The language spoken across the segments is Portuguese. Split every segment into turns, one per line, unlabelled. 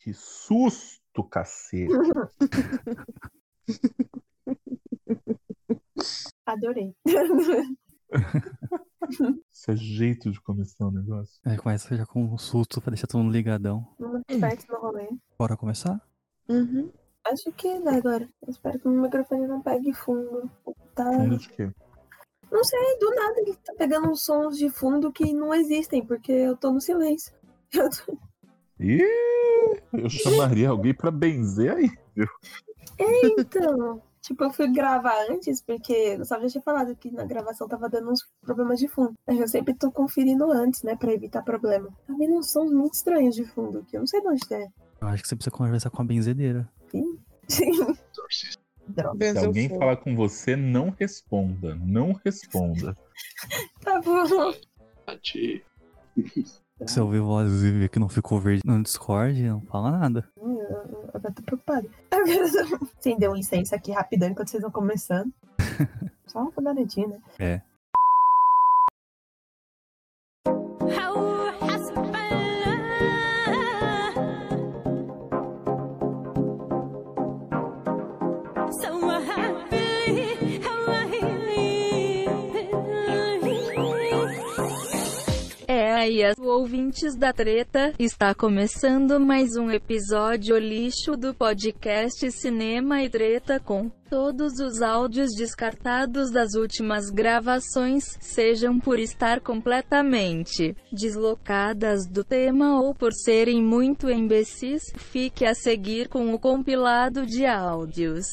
Que susto, cacete.
Adorei.
Isso é jeito de começar o negócio.
Aí começa já com um susto pra deixar todo mundo ligadão.
Uma expert no rolê.
Bora começar?
Uhum. Acho que dá agora. Eu espero que o meu microfone não pegue fundo. Tá.
É.
Fundo de quê?
Não sei, do nada ele tá pegando uns sons de fundo que não existem, porque eu tô no silêncio. Eu tô-
Ih, eu chamaria alguém pra benzer aí.
Então, tipo, eu fui gravar antes, porque eu só já tinha falado que na gravação tava dando uns problemas de fundo. Mas eu sempre tô conferindo antes, né, pra evitar problema. Tá vendo uns sons muito estranhos de fundo, que eu não sei de onde é.
Eu acho que você precisa conversar com a benzedeira.
Droga.
Se
Benzo
alguém
fogo.
falar com você, não responda. Não responda.
Tá bom.
Tati.
É.
Você ouviu voz e vê que não ficou verde no Discord, não fala nada.
Hum, Eu eu tô preocupada. Acendeu um incenso aqui rapidão enquanto vocês vão começando. Só uma cuidadinha, né?
É aí, as ouvintes da treta, está começando mais um episódio lixo do podcast Cinema e Treta com todos os áudios descartados das últimas gravações, sejam por estar completamente deslocadas do tema ou por serem muito imbecis, fique a seguir com o compilado de áudios.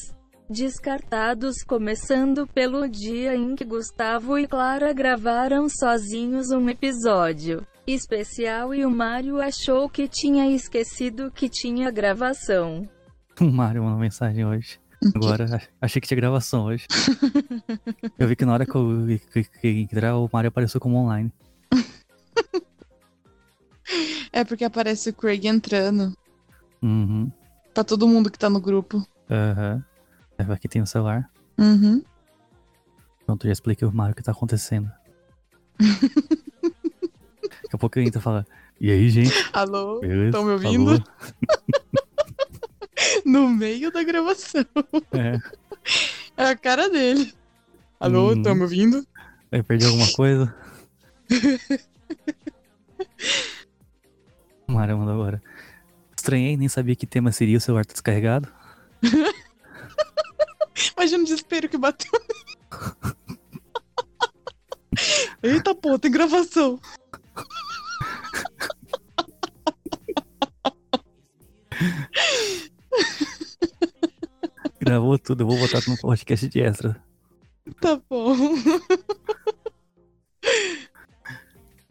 Descartados começando pelo dia em que Gustavo e Clara gravaram sozinhos um episódio especial e o Mário achou que tinha esquecido que tinha gravação.
O Mário mandou mensagem hoje. Agora, achei que tinha gravação hoje. Eu vi que na hora que eu que- que- que entrar, o Mário apareceu como online.
É porque aparece o Craig entrando.
Uhum.
Pra todo mundo que tá no grupo.
Aham. É, Aqui tem o celular.
Uhum.
Pronto, já expliquei o Mário o que tá acontecendo. Daqui a pouco eu entro e falo, e aí, gente?
Alô?
Beleza?
Tão me
Falou?"
ouvindo? No meio da gravação.
É.
É a cara dele. Alô,
Hum.
tão me ouvindo?
Aí perdi alguma coisa? O Mário mandou agora. Estranhei, nem sabia que tema seria o celular tá descarregado.
Imagina o desespero que bateu nele. Eita pô, tem gravação.
Gravou tudo, eu vou botar no podcast de extra.
Tá bom.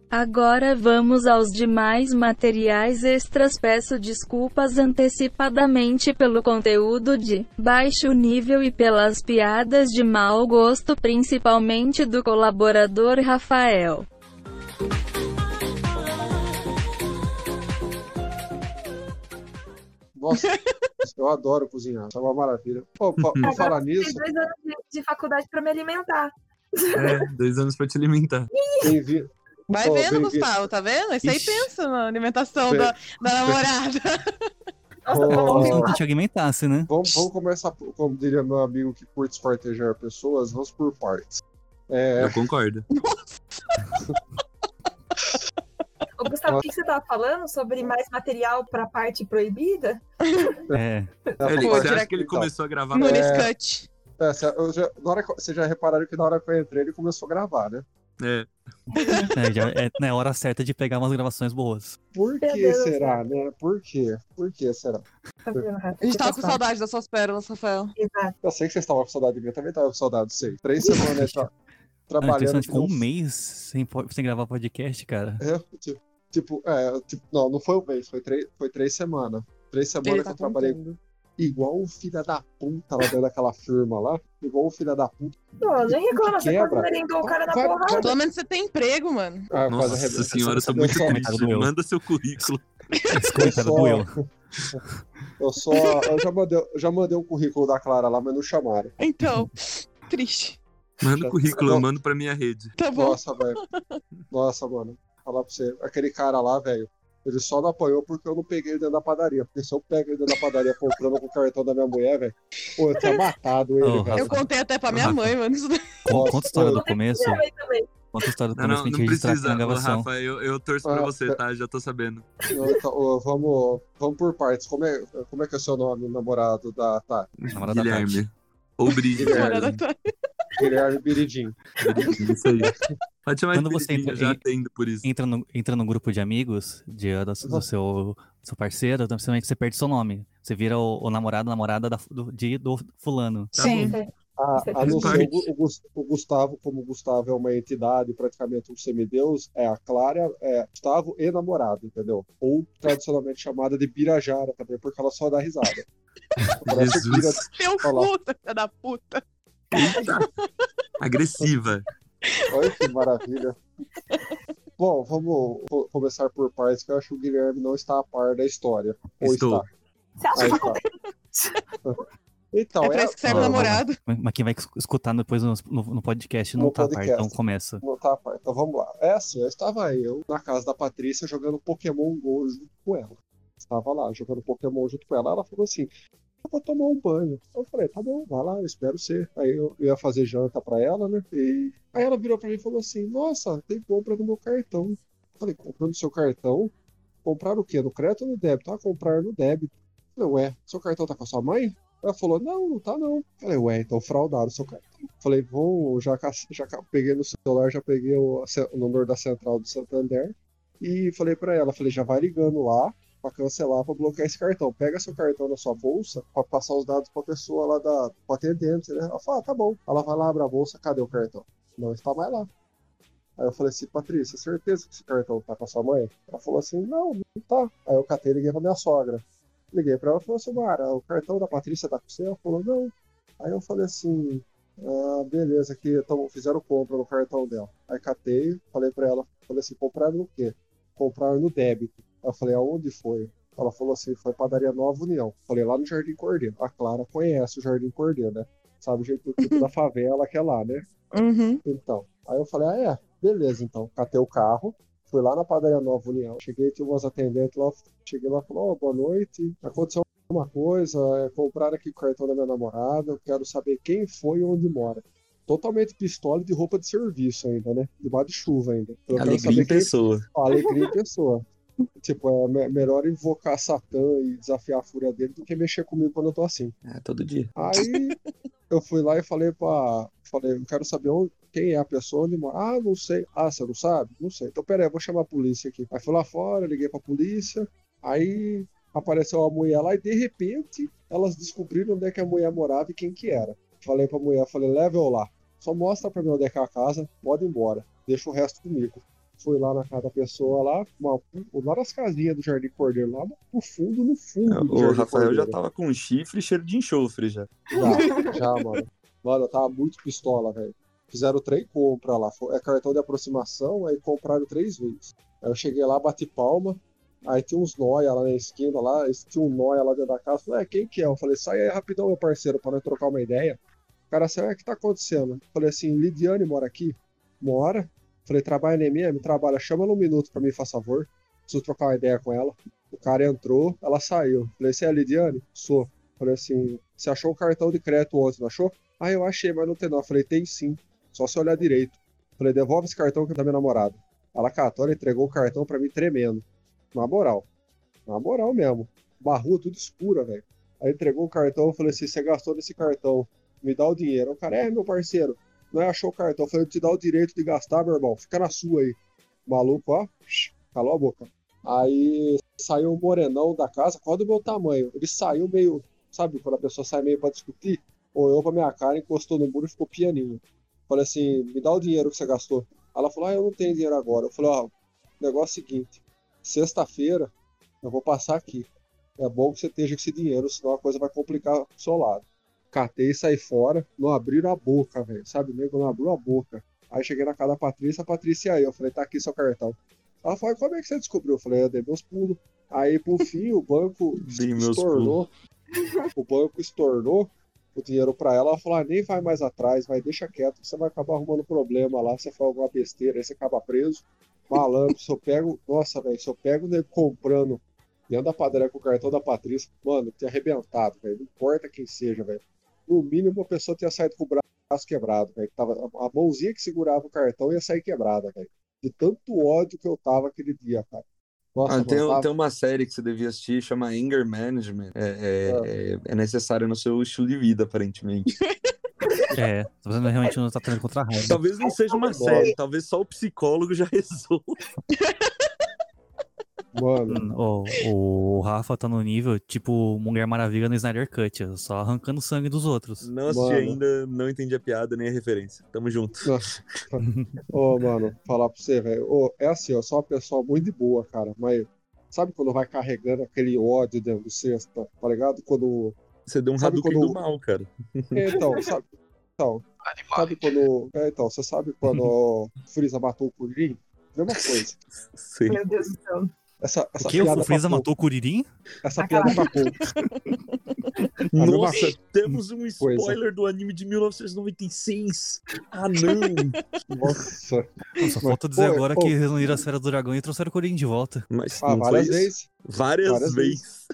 Agora vamos aos demais materiais extras. Peço desculpas antecipadamente pelo conteúdo de baixo nível e pelas piadas de mau gosto, principalmente do colaborador Rafael.
Nossa, eu adoro cozinhar, isso é uma maravilha. Pô, pra,
Uhum.
pra falar
Tem
nisso,
dois anos de- de faculdade pra me alimentar.
É, dois anos pra te alimentar.
bem-vindo.
Vai
Ô,
vendo,
bem-vindo.
Gustavo, tá vendo? Isso aí
Ixi.
pensa na alimentação
Bem-
da, da namorada.
Nossa, tá
Ô,
Como se
bom.
não te alimentasse, né?
Vamos, vamos começar, por- como diria meu amigo que curte espartejar pessoas, vamos por partes. É,
Eu concordo.
Ô, Gustavo, o que que você tava falando sobre mais material pra parte proibida?
É.
Pô,
Ele,
vou
você
tirar
acha que ele
então.
começou a gravar?
No
É.
Nescut.
É, cê- eu já- na hora que- vocês já repararam que na hora que eu entrei ele começou a gravar, né?
É,
É, já é na hora certa de pegar umas gravações boas.
Por
Meu
que
Deus do
será, né? Por que? Por que será?
Tá vendo, Rafa?
A gente tava com
Pessoal,
saudade das suas pérolas, Rafael.
Exato.
Eu sei que vocês estavam com saudade de mim, eu também tava com saudade de vocês. Três semanas tra
Ah,
trabalhando.
interessante,
que
ficou
não-
um mês sem, po- sem gravar podcast, cara.
É, ti- tipo, é, tipo, não, não foi um mês, foi três, foi três semanas. Três
Ele
semanas
tá
que eu trabalhei
contando.
igual um filho da puta lá dentro daquela firma lá. Igual um filho da puta.
Não, nem reclama, você
Quebra.
quase merendou o cara na
Vai-
porrada.
Pelo menos você tem emprego, mano.
Ah,
nossa
quase arrebentei.
senhora, eu tô
Eu
é muito
só-
triste.
Doeu.
Manda seu currículo.
Esse
Eu
comentário doeu.
só, eu só. Eu já mandei, eu já mandei um currículo da Clara lá, mas não chamaram.
Então, triste.
Manda o currículo,
Não.
eu mando pra minha rede.
Tá bom.
Nossa, velho. Nossa, mano. Falar pra você. Aquele cara lá, velho. Ele só não apanhou porque eu não peguei ele dentro da padaria. Porque se eu pego ele dentro da padaria comprando com o cartão da minha mulher, velho, pô, eu tinha matado ele,
Ô,
velho.
Eu contei até pra minha mãe, mano. Isso daí.
Con-
Nossa,
Conta a história do
eu-
começo.
Minha mãe também.
Conta a história do
Não,
começo
não,
que a gente
não
registrar aqui
precisa,
na
ô,
gravação.
Rafa, eu, eu torço pra você, tá? Já tô sabendo.
Eu- tá, ô, vamos, vamos por partes. Como é, como é que é o seu nome, namorado da Tá?
Namorada da
Guilherme. Ou Bride.
Guilherme.
Mano, tá-
Guilherme Biridim.
Isso aí. Pode chamar
Quando
de
você
Bridinho,
entra-
já atendo por isso.
Entra no, entra no grupo de amigos de, do, do seu, do seu parceiro, então, principalmente você perde seu nome. Você vira o, o namorado, namorada da, do, de, do fulano.
Sim. Ah,
A,
Você
a não
fez
ser o,
parte.
Gu- o Gus- o Gustavo, como o Gustavo é uma entidade, praticamente um semideus, é a Clara, é Gustavo e namorado, entendeu? Ou tradicionalmente chamada de Birajara também, porque ela só dá risada. Parece Bira-
Jesus.
Teu
Tá Olha
puta, filha da puta.
Eita. Agressiva.
Olha que maravilha. Bom, vamos co- começar por partes, que eu acho que o Guilherme não está a par da história. Ou
Estou.
está.
Você acha
Aí
que
está. Então,
É pra isso que serve
Ó,
o namorado.
Mas mas quem vai esc- escutar depois no, no- no podcast não
No
tá, tá?
podcast.
Então começa.
Não tá a par. Então vamos lá. É assim, eu estava eu na casa da Patrícia jogando Pokémon GO junto com ela. Estava lá jogando Pokémon junto com ela. Ela falou assim: eu vou tomar um banho. Eu falei: tá bom, vai lá, eu espero ser. Aí eu eu ia fazer janta pra ela, né? E aí ela virou pra mim e falou assim: nossa, tem compra no meu cartão. Eu falei: comprando no seu cartão? Comprar o quê? No crédito ou no débito? Ah, comprar no débito. Eu falei: ué, seu cartão tá com a sua mãe? Ela falou: não, não tá não. Eu falei: ué, então fraudaram o seu cartão. Falei, vou, já, ca- já ca- peguei no celular, já peguei o, ce- o número da central do Santander e falei pra ela, falei, já vai ligando lá pra cancelar, pra bloquear esse cartão. Pega seu cartão na sua bolsa pra passar os dados pra pessoa lá da pra atendente, né? Ela fala, ah, tá bom. Ela vai lá, abre a bolsa, cadê o cartão? Não está mais lá. Aí eu falei assim, Patrícia, certeza que esse cartão tá com a sua mãe? Ela falou assim, não, não tá. Aí eu catei e liguei pra minha sogra. Liguei pra ela e falei assim, Mara, o cartão da Patrícia tá com você? Ela falou, não. Aí eu falei assim, ah, beleza, que então, fizeram compra no cartão dela. Aí catei, falei pra ela, falei assim, compraram no quê? Compraram no débito. Aí Eu falei, aonde foi? Ela falou assim, foi padaria Nova União. Falei, lá no Jardim Cordeiro. A Clara conhece o Jardim Cordeiro, né? Sabe o jeito tipo da favela que é lá, né?
Uhum.
Então, aí eu falei, ah, é, beleza, então. Catei o carro, fui lá na padaria Nova União, cheguei, tinha umas atendentes lá, cheguei lá e falei, ó, boa noite, aconteceu alguma coisa, é, compraram aqui o cartão da minha namorada, eu quero saber quem foi e onde mora. Totalmente pistola e de roupa de serviço ainda, né? Debaixo de chuva ainda. Eu quero
Alegria
saber
em
quem
pessoa.
a alegria em pessoa. Tipo, é me- melhor invocar Satã e desafiar a fúria dele do que mexer comigo quando eu tô assim.
É, todo dia.
Aí eu fui lá e falei pra. Falei, eu quero saber onde- quem é a pessoa onde mora. Ah, não sei. Ah, você não sabe? Não sei. Então, peraí, eu vou chamar a polícia aqui. Aí fui lá fora, liguei pra polícia. Aí apareceu a mulher lá e de repente elas descobriram onde é que a mulher morava e quem que era. Falei pra mulher, falei, leva eu lá. Só mostra pra mim onde é que é a casa, pode ir embora. Deixa o resto comigo. Fui lá na casa da pessoa lá, uma, lá nas casinhas do Jardim Cordeiro, lá no fundo, no fundo. do
É, O
Jardim
Rafael já
Cordeiro.
tava com um chifre e cheiro de enxofre já.
Já, já, mano. Mano, eu tava muito pistola, velho. Fizeram três compras lá. Foi- É cartão de aproximação, aí compraram três vezes. Aí eu cheguei lá, bati palma. Aí tinha uns nóia lá na esquina, lá, esse- tinha um nóia lá dentro da casa. Eu Falei, é, quem que é? Eu falei, sai aí rapidão, meu parceiro, pra nós trocar uma ideia. O cara saiu, é, o que tá acontecendo? Eu falei assim, Lidiane mora aqui? Mora. Eu Falei, trabalha na MM? Trabalha, chama ela um minuto pra mim, faz favor. Preciso trocar uma ideia com ela. O cara entrou, ela saiu. Eu Falei, você é a Lidiane? Sou. Falei assim, você achou o cartão de crédito ontem, não achou? Ah, eu achei, mas não tem não. Eu Falei, tem sim, só se olhar direito. Eu Falei, devolve esse cartão que é da minha namorada. Ela catou, ela entregou o cartão pra mim tremendo. Na moral. Na moral mesmo. Uma rua tudo escura, velho. Aí entregou o cartão, eu falei assim, você gastou nesse cartão, me dá o dinheiro. O cara, é meu parceiro, não é, achou o cartão. Eu falei, eu te dá o direito de gastar, meu irmão, fica na sua aí. O maluco, ó, calou a boca. Aí saiu o morenão da casa, qual do meu tamanho? Ele saiu meio sabe, quando a pessoa sai meio pra discutir, olhou pra minha cara, encostou no muro e ficou pianinho. Falei assim, me dá o dinheiro que você gastou. Ela falou, ah, eu não tenho dinheiro agora. Eu falei, ó, o negócio é o seguinte, sexta-feira eu vou passar aqui. É bom que você esteja com esse dinheiro, senão a coisa vai complicar pro seu lado. Catei e saí fora, não abriram a boca, velho, sabe, nego, não abriu a boca. Aí cheguei na casa da Patrícia, a Patrícia e aí, eu falei, tá aqui seu cartão. Ela falou, como é que você descobriu? Eu falei, eu dei meus pulos. Aí, por fim, o banco
Dei meus
estornou, o banco estornou o dinheiro pra ela, ela falou, ah, nem vai mais atrás, vai, deixa quieto, que você vai acabar arrumando problema lá, você faz alguma besteira, aí você acaba preso. Malandro, se eu pego. Nossa, velho, se eu pego o nego comprando dentro da padaria com o cartão da Patrícia, mano, tem arrebentado, velho. Não importa quem seja, velho. No mínimo, a pessoa tinha saído com o braço quebrado, velho. que Tava... A mãozinha que segurava o cartão ia sair quebrada, velho. De tanto ódio que eu tava aquele dia, cara. Nossa,
Ah,
mano,
tem,
tava-
tem uma série que você devia assistir, chama Anger Management. É, é,
Ah.
é, é necessário no seu estilo de vida, aparentemente.
É, se você realmente não tá treinando contra a raiva.
Talvez não seja uma série, talvez só o psicólogo já resolva. um-
Mano,
O, o Rafa tá no nível tipo Mulher Maravilha no Snyder Cut, ó, só arrancando sangue dos outros.
Não assisti
Mano.
ainda, não entendi a piada nem a referência. Tamo junto.
Nossa. Ô, mano, falar pra você, velho. Ô, é assim, eu sou uma pessoa muito de boa, cara. Mas sabe quando vai carregando aquele ódio dentro do cesto, tá ligado? Quando.
Você deu um
Sabe
Hadouken
quando-
do mal, cara.
É, Então, sabe. Então, sabe quando. É, então, você sabe quando o Freeza matou o Kuririn? Mesma coisa.
Sei.
é,
Meu Deus do céu.
Essa, essa
O que? O
piada
Freeza
pra
matou o Kuririn?
pouco, Essa piada pra pouco. mesma
Nossa,
coisa.
temos um
É. Coisa.
spoiler do anime de 1996. Ah, não!
Nossa.
Só falta dizer agora que eles reuniram as feras do dragão e trouxeram o Kuririn de volta.
Mas
Ah,
não foi
várias
isso?
vezes.
Várias,
Várias
vezes.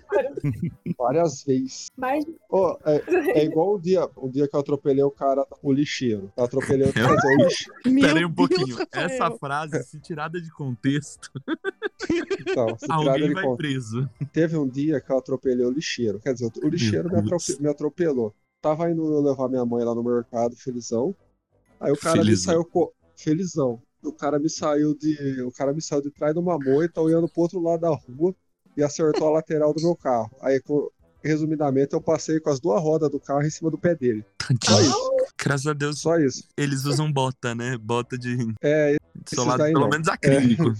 Várias vezes.
Mas
Ô, é, é igual o dia, o dia que eu atropelei o cara, o lixeiro. Eu atropelei o cara, o lixeiro.
Meu
Pera aí um
Deus,
pouquinho.
Rafael.
Essa frase, se tirada de contexto,
Então,
Ah,
se tirar
alguém
ele
vai
com-
preso.
Teve um dia que eu atropelei o lixeiro. Quer dizer, o lixeiro me,
Meu Deus.
atrope- me atropelou. Tava indo eu levar minha mãe lá no mercado, felizão. Aí o cara
Felizão.
me saiu co- felizão. O cara me saiu de, o cara me saiu de trás de uma moita, tá olhando pro outro lado da rua e acertou a lateral do meu carro. Aí, co- resumidamente, eu passei com as duas rodas do carro em cima do pé dele.
Tadinho. Graças a Deus,
Só isso.
eles usam bota, né? Bota de
É,
solado,
daí
pelo
não. É.
menos acrílico.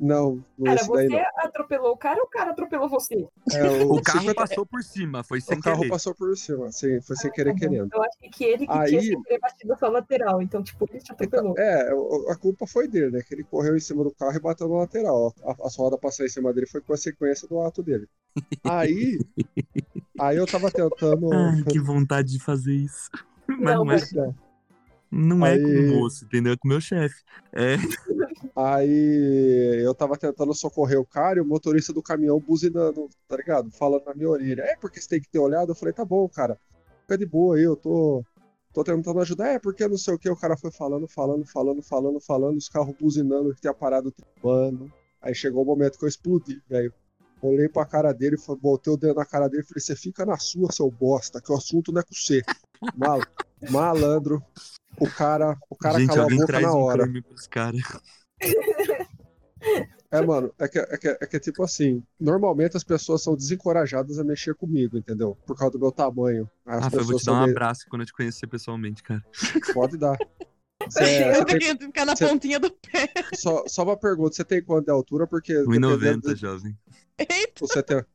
não, não é
Cara,
isso daí
você
não.
atropelou o cara ou o cara atropelou você?
É,
O carro
50
passou por cima, foi sem
o carro
querer.
passou por cima, assim, foi sem
tá
querer querendo.
Eu achei que ele que
Aí-
tinha sem querer batido a sua lateral. Então, tipo, ele
Tá
te atropelou.
É, o- a culpa foi dele, né? Que ele correu em cima do carro e bateu na lateral. A, a sua roda passar em cima dele foi consequência do ato dele. Aí, aí eu tava tentando.
Ai, que vontade de fazer isso. Mas
Não,
não, é, não é com
Aí-
o moço, entendeu? É com o meu chefe. É,
Aí eu tava tentando socorrer o cara e o motorista do caminhão buzinando, tá ligado? Falando na minha orelha. É porque você tem que ter olhado. Eu falei, tá bom, cara. Fica de boa aí, eu tô, tô tentando ajudar. É porque não sei o que. O cara foi falando, falando, falando, falando, falando. Os carros buzinando que tinha parado tripando. Aí chegou o momento que eu explodi, velho. Olhei pra cara dele, fa- botei o dedo na cara dele e falei: Você fica na sua, seu bosta, que o assunto não é com você. Mal- malandro. O cara, o cara
gente,
calou a
alguém
boca
traz
na
um
hora.
creme pros caras.
É, mano, é que, é, que, é que tipo assim, normalmente as pessoas são desencorajadas a mexer comigo, entendeu? Por causa do meu tamanho. As
Rafa, eu vou
pessoas
te dar
são
um
meio-
abraço quando eu te conhecer pessoalmente, cara.
Pode dar. Cê,
Eu tenho
cê É, tem...
que ficar na
cê-
pontinha do pé.
só, só uma pergunta, você tem quanto de altura? Porque dependendo
1,90,
do- tipo,
jovem.
Eita,
você tem...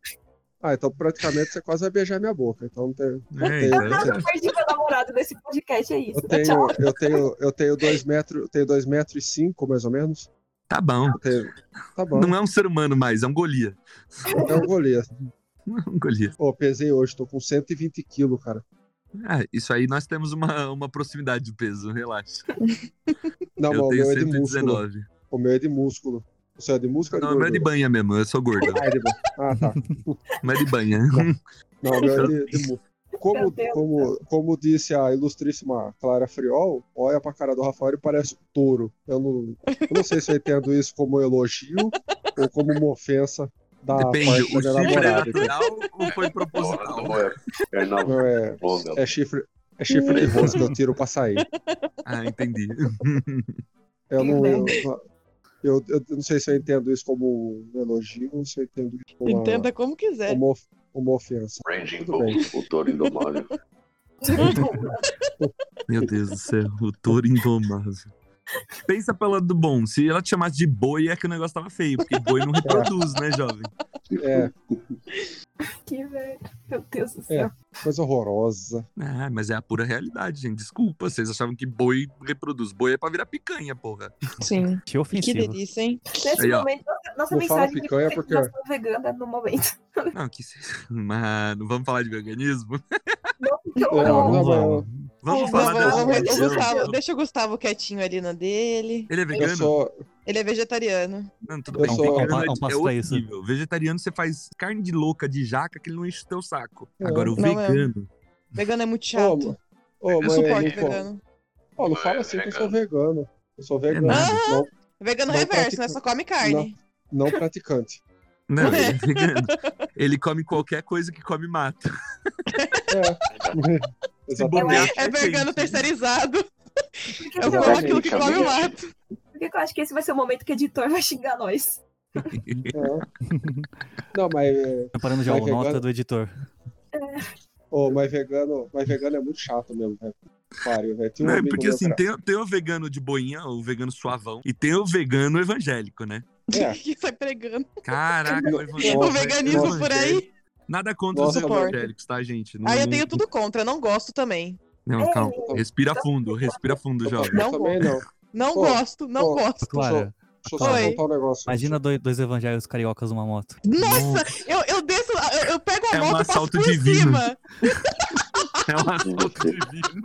Ah, então praticamente você quase vai beijar minha boca. Então não tem...
É,
tenho-
então,
Eu perdi meu namorado nesse podcast, é isso.
eu tenho, eu tenho, eu tenho dois metros, eu tenho dois metros e cinco, mais ou menos.
tá bom.
Eu tenho- Tá bom,
Não é um ser humano mais, é um golia.
é um goleiro.
É um golia.
Pô, pesei hoje, tô com 120 quilos, cara.
Ah, isso aí nós temos uma, uma proximidade de peso, relaxa.
Não, mas
eu
o
tenho
meu é de músculo.
119.
O meu é de músculo. O seu é de músculo ou é
Não,
de
o meu
gordura?
é de banha mesmo, eu sou gordo.
Ah, ele- ah, tá.
Mas é de banha.
Não, meu, é ele- ele-
Meu
como,
Deus.
como, como disse a ilustríssima Clara Friol, olha pra cara do Rafael e parece um touro. Eu não, eu não sei se eu entendo isso como um elogio ou como uma ofensa da
Depende,
parte
o
da minha
chifre é
namorada.
natural ou foi proposital?
Não é. É na
Não, é,
longa.
é chifre, é chifre de rosto que eu tiro pra sair.
Ah, entendi.
Eu não, eu, eu, eu não sei se eu entendo isso como um elogio ou se eu entendo isso como uma,
entenda como
é.
quiser.
como of- uma ofensa.
Ranging
Tudo bem.
Bolt, o touro indomável.
Meu Deus do céu, o touro indomável. Pensa pelo lado bom, se ela te chamasse de boi é que o negócio tava feio, porque boi não reproduz, né, jovem?
É,
Que velho. Meu Deus do céu.
coisa horrorosa.
Ah, mas é a pura realidade, gente. Desculpa, vocês achavam que boi reproduz. Boi é pra virar picanha, porra.
Sim.
Que
Que
ofensivo.
delícia, hein?
Nesse
Aí, ó.
momento, nossa- nossa
Não fala
mensagem
picanha
de
porque-
alimentação vegana no momento.
Não, que... Mas não vamos falar de veganismo?
Não, porque eu
É,
não.
não,
vamos lá.
mas-
Vamos
Não,
falar
vamos-
das
vamos- o
religião.
Gustavo- deixa o Gustavo quietinho ali na dele.
Ele é
Eu
vegano?
sou,
Ele é vegetariano.
Não, tudo
eu
bem.
sou-
Vegano
Não,
é, é
posso pra isso.
horrível. Vegetariano, você faz carne de louca, de jaca, que ele não enche o teu saco.
É.
Agora, o
Não, é.
vegano...
Vegano é muito
Ô,
chato.
Ô,
Eu
mas eu
suporto
não, como.
vegano.
Ó, não fala assim que eu sou
é
vegano. Eu sou vegano,
nada.
não,
Vegano
Não
reverso,
pratico-
né? Só come carne.
não praticante.
Não, ele
É.
é vegano. Ele come qualquer coisa que come mato.
É.
bobear, tipo assim,
Exatamente.
É vegano terceirizado.
Por que,
é
Eu
que eu
como
acho,
aquilo que
Exatamente.
come o mato.
por que que eu acho que esse vai ser o momento que o editor vai xingar nós?
É. Não, mas, é,
Preparando já
Vai
o
vegano?
nota do editor.
ô, mas vegano, mas vegano é muito chato mesmo, velho. Pariu, velho. Tinha um
Não, é
amigo
porque
meu,
assim,
cara.
tem, tem o vegano de boinha, o vegano suavão, e tem o vegano evangélico, né?
É.
Que sai pregando.
Caraca, o evangélico.
o veganismo
Nossa,
por aí.
Nada contra os
Nossa,
evangélicos, tá, gente? Não-
Aí eu
não-
tenho tudo contra. Eu não gosto também.
Não,
É.
calma. Respira fundo, respira fundo,
Eu
jovem.
Não
também não.
Não
Pô,
gosto, não
pô.
gosto.
Clara,
Deixa eu só
Oi.
contar um negócio.
imagina dois, dois evangélicos cariocas numa moto.
Nossa, eu, eu desço, eu, eu pego a
É um
moto e passo
assalto
por
divino.
cima.
É um assalto divino.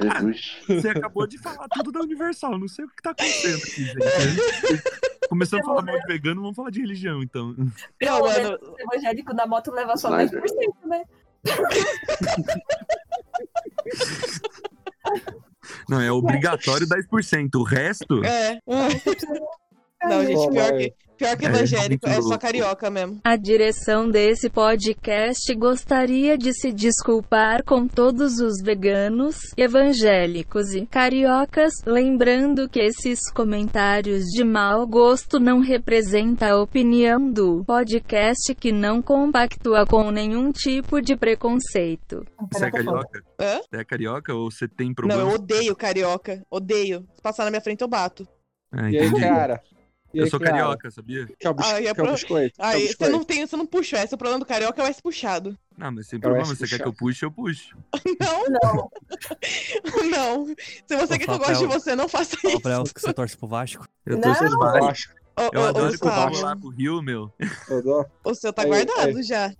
Jesus.
Você acabou de falar tudo da Universal. Não sei o que tá acontecendo aqui, gente. Começando a falar mal de vegano, vamos falar de religião, então.
Não,
Pelo
mano,
menos o evangélico na moto leva só
Snyder.
10%, né?
Não, é obrigatório 10%. O resto.
é. Não, gente, pior
mas-
que, pior que
É,
evangélico
muito
é só
louco.
carioca mesmo.
A direção desse podcast gostaria de se desculpar com todos os veganos, evangélicos e cariocas, lembrando que esses comentários de mau gosto não representam a opinião do podcast que não compactua com nenhum tipo de preconceito.
tá
Você é
tá
carioca?
Hã?
Você é carioca ou você tem
Não,
problema?
eu odeio carioca. Odeio. Se passar na minha frente, eu bato.
Ah,
E aí,
entendi.
cara? E aí,
Eu sou
cara?
carioca, sabia?
Que é o bisco-
Aí é
que é o
pro-
biscoito, que é o
Aí, você
biscoito.
não tem, você não puxa essa. O problema do carioca é o S puxado.
Não, mas sem
Eu
problema.
acho
Você quer
chato.
que eu puxe, eu puxo.
Não,
Não,
não. Se você
Ô,
quer que eu
Rafael.
goste de você, não faça isso.
Fala pra elas que você torce pro Vasco.
Eu
Não.
torço pro
Eu
Vasco.
acho.
Ô,
Eu
ô, ô,
adoro que eu
Gustavo,
vou lá pro Rio, meu.
Eu adoro.
O seu tá
Aí,
guardado já.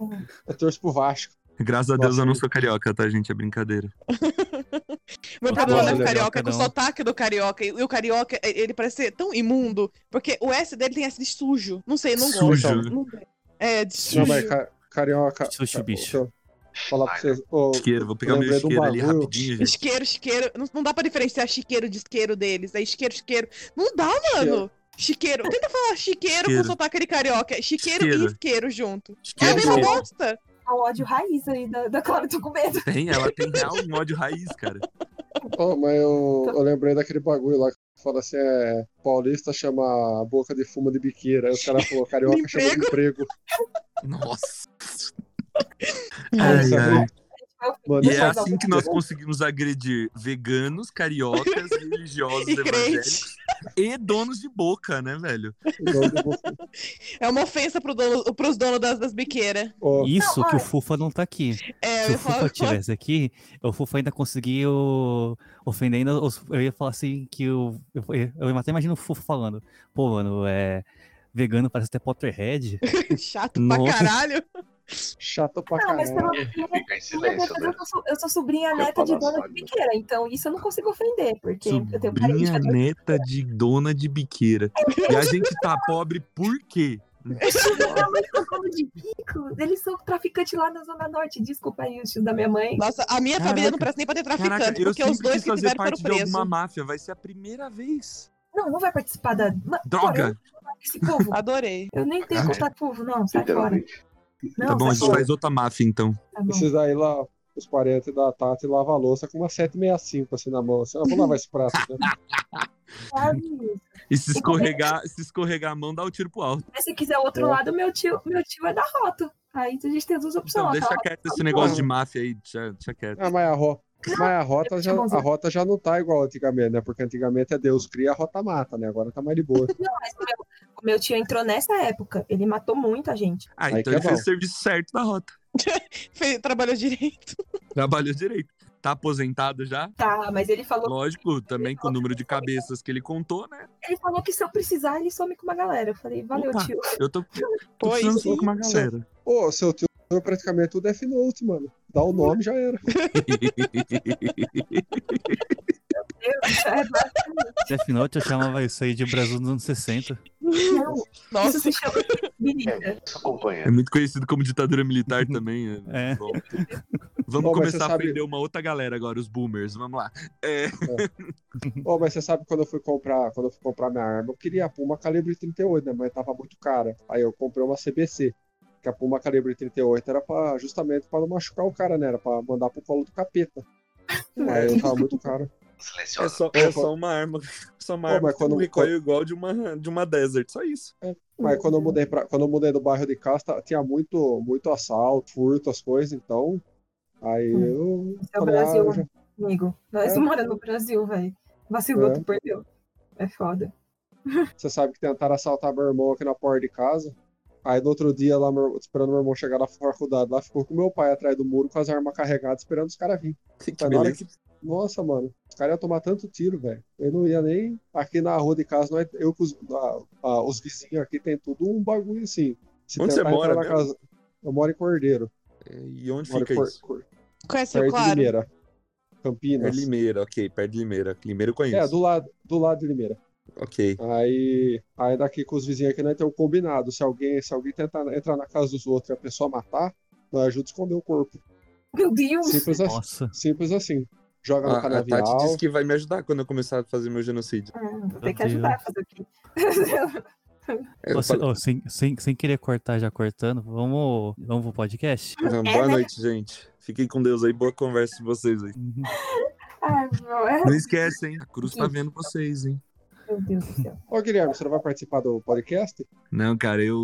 Eu torço pro Vasco.
Graças a Deus
Nossa,
eu não
gente.
sou carioca, tá, gente? É brincadeira.
Meu
Nossa,
problema
olha,
do carioca é com
cada
o
um.
sotaque do carioca. E e o carioca, e- ele parece ser tão imundo. Porque o S dele tem S de sujo. Não sei, não gosto.
Sujo.
Não- É, de
Não,
sujo.
mas ca- carioca.
Sushi,
ca-
bicho.
deixa eu Falar pra
né?
vocês. ô,
Isqueiro, vou pegar meu
Lembrei de um
isqueiro ali
bagulho.
rapidinho, gente.
Isqueiro, isqueiro. Não, não dá pra diferenciar chiqueiro de isqueiro deles. É isqueiro, isqueiro. Não dá, mano. Chiqueiro. Tenta falar chiqueiro,
Isqueiro.
com sotaque de carioca. Chiqueiro,
Isqueiro.
e isqueiro junto. É a
Isqueiro,
mesma
isqueiro.
bosta.
é o ódio raiz aí da, da Clara, eu tô com medo.
Tem, ela tem real um ódio raiz, cara.
ô, mas eu, eu lembrei daquele bagulho lá que fala assim: é, paulista chama a boca de fumo de biqueira. Aí os caras falaram, carioca chama de emprego.
Nossa. É,
Nossa,
Ai, ai.
Mano,
E
eu
é
só-
assim que nós conseguimos agredir veganos, cariocas, religiosos,
E
evangélicos
crente.
e donos de boca, né, velho?
É uma ofensa pro dono, pros donos das, das biqueiras.
Ô,
Isso
Não,
que
olha.
o Fufa não tá aqui.
É,
Se
eu
o
ia falar-
Fufa tivesse aqui, o Fufa ainda conseguiu ofender ainda. os- Eu ia falar assim que o. Eu, eu até imagino o Fufa falando. Pô, mano, é. Vegano parece até Potterhead.
chato pra
Nossa.
caralho.
chato pra
Não, mas pelo
É,
caralho.
Fica em
menos
silêncio, né?
eu, sou- eu sou sobrinha
Eu
neta de
falo
dona
assado.
de biqueira, então isso eu não consigo ofender, porque eu tenho um parente.
Sobrinha neta de dona de biqueira. E a gente tá pobre por quê?
Minha mãe tá falando de bico, eles são traficantes lá na Zona Norte. Desculpa aí, os tios da minha mãe.
Nossa, a minha família não presta nem pra ter traficante,
Caraca, eu
Tá porque os
sempre
dois
quis
que
fazer
fizeram foram
parte de
presos.
alguma máfia. Vai ser a primeira vez.
Não, não vai participar da. Ma- Olha,
Droga!
Esse povo.
Adorei.
Eu nem tenho contato com o povo, não.
Então,
Sai fora.
Literalmente.
Não,
Tá bom, a
sai
gente
fora.
faz outra máfia, então.
Tá bom.
Esses aí lá, os parentes da Tati lavam a louça com uma 765 assim na mão. Assim, ah, vou lavar esse prato. né?
Sabe?
E se escorregar, se escorregar a mão, dá o tiro pro alto.
Mas se quiser o
É.
outro lado, meu tio, meu tio é da rota. Aí a gente tem duas opções.
Então, deixa
aquela
quieto esse
rota-
negócio de máfia aí. Deixa, deixa quieto.
Ah, mas a, ro... Tá mas a rota já, a rota já não tá igual antigamente, né? Porque antigamente é Deus cria, a rota mata, né? Agora tá mais de boa.
Não, mas o meu, o meu tio entrou nessa época. Ele matou muita gente.
Ah,
Aí
então
que é
ele fez
bom.
o serviço certo da rota.
Fe- Trabalhou direito.
Trabalhou direito. Tá aposentado já?
Tá, mas ele falou,
Lógico, também com o número de cabeças que ele contou, né?
ele falou que se eu precisar, ele some com uma galera. Eu falei, valeu,
Opa.
tio.
Eu tô, tô
Foi,
precisando
sim.
falar com uma galera.
Ô, seu tio Foi praticamente é o Death Note, mano. Dá o nome, já era.
Death Note eu chamava isso aí de Brasil dos anos 60.
Não, isso
Nossa,
se chama birita.
É muito conhecido como ditadura militar também. né?
É.
Bom,
Bom, mas
vamos
você
começar a
sabe-
aprender uma outra galera agora, os boomers. Vamos lá. É,
Ó, mas você sabe quando eu fui comprar, quando eu fui comprar minha arma, eu queria a Puma calibre 38, né? Mas tava muito cara. Aí eu comprei uma CBC. Que a Puma calibre 38 era pra, justamente pra não machucar o cara, né? Era pra mandar pro colo do capeta. Aí tava muito caro.
é só, é só uma arma. Só uma
Pô,
arma
mas
que tem um
quando-
recoil igual de uma, de uma Desert. Só isso.
Mas quando eu mudei pra, quando eu mudei do bairro de casa, tá- tinha muito, muito assalto, furto, as coisas, então. Aí eu.
é o
falei, ah,
Brasil.
eu já-
Amigo, nós
É.
mora no Brasil, velho. Vacilou,
É.
tu perdeu. É foda.
Você sabe que tentaram assaltar meu irmão aqui na porta de casa. Aí no outro dia, lá, meu- esperando meu irmão chegar na faculdade, lá ficou com meu pai atrás do muro com as armas carregadas, esperando os caras virem. Mas na hora
beleza.
que- Nossa, mano, os caras iam tomar tanto tiro, velho. Eu não ia nem. Aqui na rua de casa, nós, eu com os, a- a- os vizinhos aqui tem tudo um bagulho assim. Se
Onde você
tentar entrar
mora
na
mesmo?
casa- Eu moro em Cordeiro.
É, E onde
Moro
fica
em Cor-
isso?
Cor-
conhece
perto
Rio
de
Claro?
Limeira.
É
Campinas.
Limeira, ok. Perto de Limeira. Limeira eu conheço.
É, do lado, do lado de Limeira.
Ok.
Aí, aí daqui com os vizinhos aqui, nós temos um combinado. Se alguém, se alguém tentar entrar na casa dos outros e a pessoa matar, nós ajuda a esconder o corpo.
Meu Deus!
Simples, assim-
Nossa.
simples assim. Joga
A,
no
Ah, a Tati
canavial.
disse que vai me ajudar quando eu começar a fazer meu genocídio.
Hum, Vou ter que
Meu
ajudar a fazer o quê?
É,
Ô, se-
fala-
ô, sem, sem, sem querer cortar, já cortando, vamos, vamos pro podcast?
Ah, Boa noite, gente. Fiquem com Deus aí. Boa conversa de vocês aí.
Uhum.
Ai, meu, é-
Não esquece, hein? A cruz tá vendo vocês, hein?
meu Deus do céu.
Ô, Guilherme, você não vai participar do podcast?
Não, cara, eu,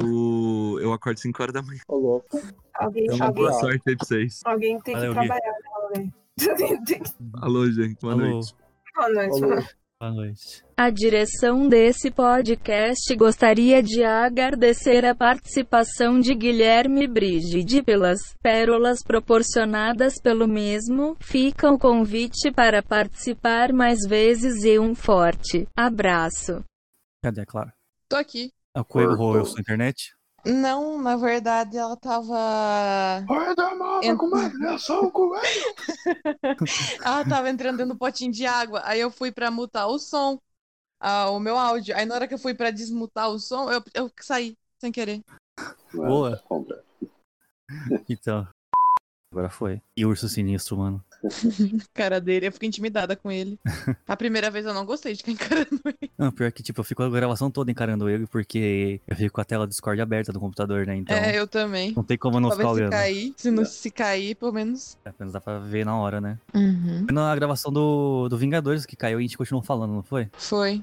eu acordo 5 horas da manhã.
Ô, louco.
Alguém,
Então,
Tchau,
boa
alguém,
Gui.
sorte aí pra vocês.
alguém tem
Valeu,
que
Gui.
trabalhar, né, velho? Tem que-
Alô, gente. Boa
Alô.
noite.
Boa noite,
Falou.
mano.
Boa noite.
A direção desse podcast gostaria de agradecer a participação de Guilherme Brigide pelas pérolas proporcionadas pelo mesmo. Fica o convite para participar mais vezes e um forte abraço.
Cadê É a Clara?
Tô aqui.
A Coelho roeu sua internet?
Não, na verdade, ela tava.
Vai dar mal,
Eu-
comadre, é só o comadre.
Ela tava entrando dentro do potinho de água. Aí eu fui pra mutar o som, ah, o meu áudio. Aí na hora que eu fui pra desmutar o som, eu, eu saí, sem querer.
Boa.
Compra.
Então. Agora foi. E o urso sinistro, mano.
Cara dele, eu fico intimidada com ele. A primeira vez eu não gostei de ficar encarando ele.
Não, pior que, tipo, eu fico a gravação toda encarando ele, porque eu fico com a tela do Discord aberta do computador, né? Então, né?
É, eu também.
não tem como eu não ficar
Talvez se
olhando.
cair, se não se cair, pelo menos.
Apenas dá pra ver na hora, né? Foi Na gravação do, do Vingadores que caiu e a gente continuou falando, não foi?
Foi.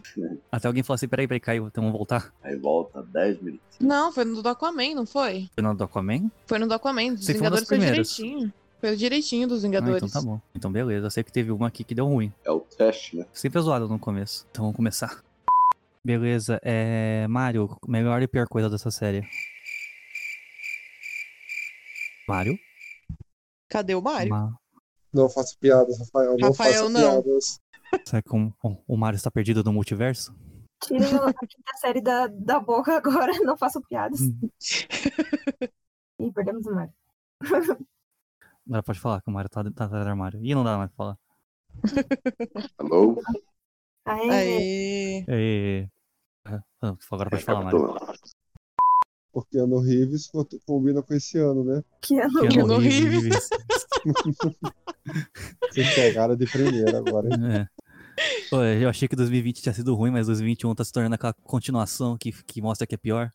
Até alguém falou assim, peraí, peraí, caiu, então vamos voltar.
Aí volta 10 minutos.
Não, foi no do Aquaman, não foi?
Foi na do Aquaman?
Foi no do Aquaman, dos
Você foi um dos
Vingadores foi
primeiros.
direitinho. Foi direitinho dos
Ah,
Vingadores.
então tá bom. Então beleza, eu sei que teve uma aqui que deu ruim.
É o teste, né?
Sempre é zoado no começo. Então vamos começar. Beleza, é. Mario, melhor e pior coisa dessa série. Mario?
Cadê o Mario?
Ma-
Não faço piadas, Rafael. Não
Rafael,
faço
não.
piadas.
Será que o, o- o Mario está perdido no multiverso?
Tirem a quinta série da, da boca agora, não faço piadas. Ih, perdemos o Mário.
Agora pode falar que o Mario tá, tá atrás do armário. Ih, não dá mais pra falar.
Alô?
Aê,
Aí.
É. Ah, Agora pode falar, Mario.
Capitão.
Porque ano Reeves co- combina com esse ano, né?
que é ano.
Keanu
Keanu
Reeves.
Vocês pegaram de primeira agora. hein?
É. Pô, eu achei que 2020 tinha sido ruim, mas 2021 tá se tornando aquela continuação que, que mostra que é pior.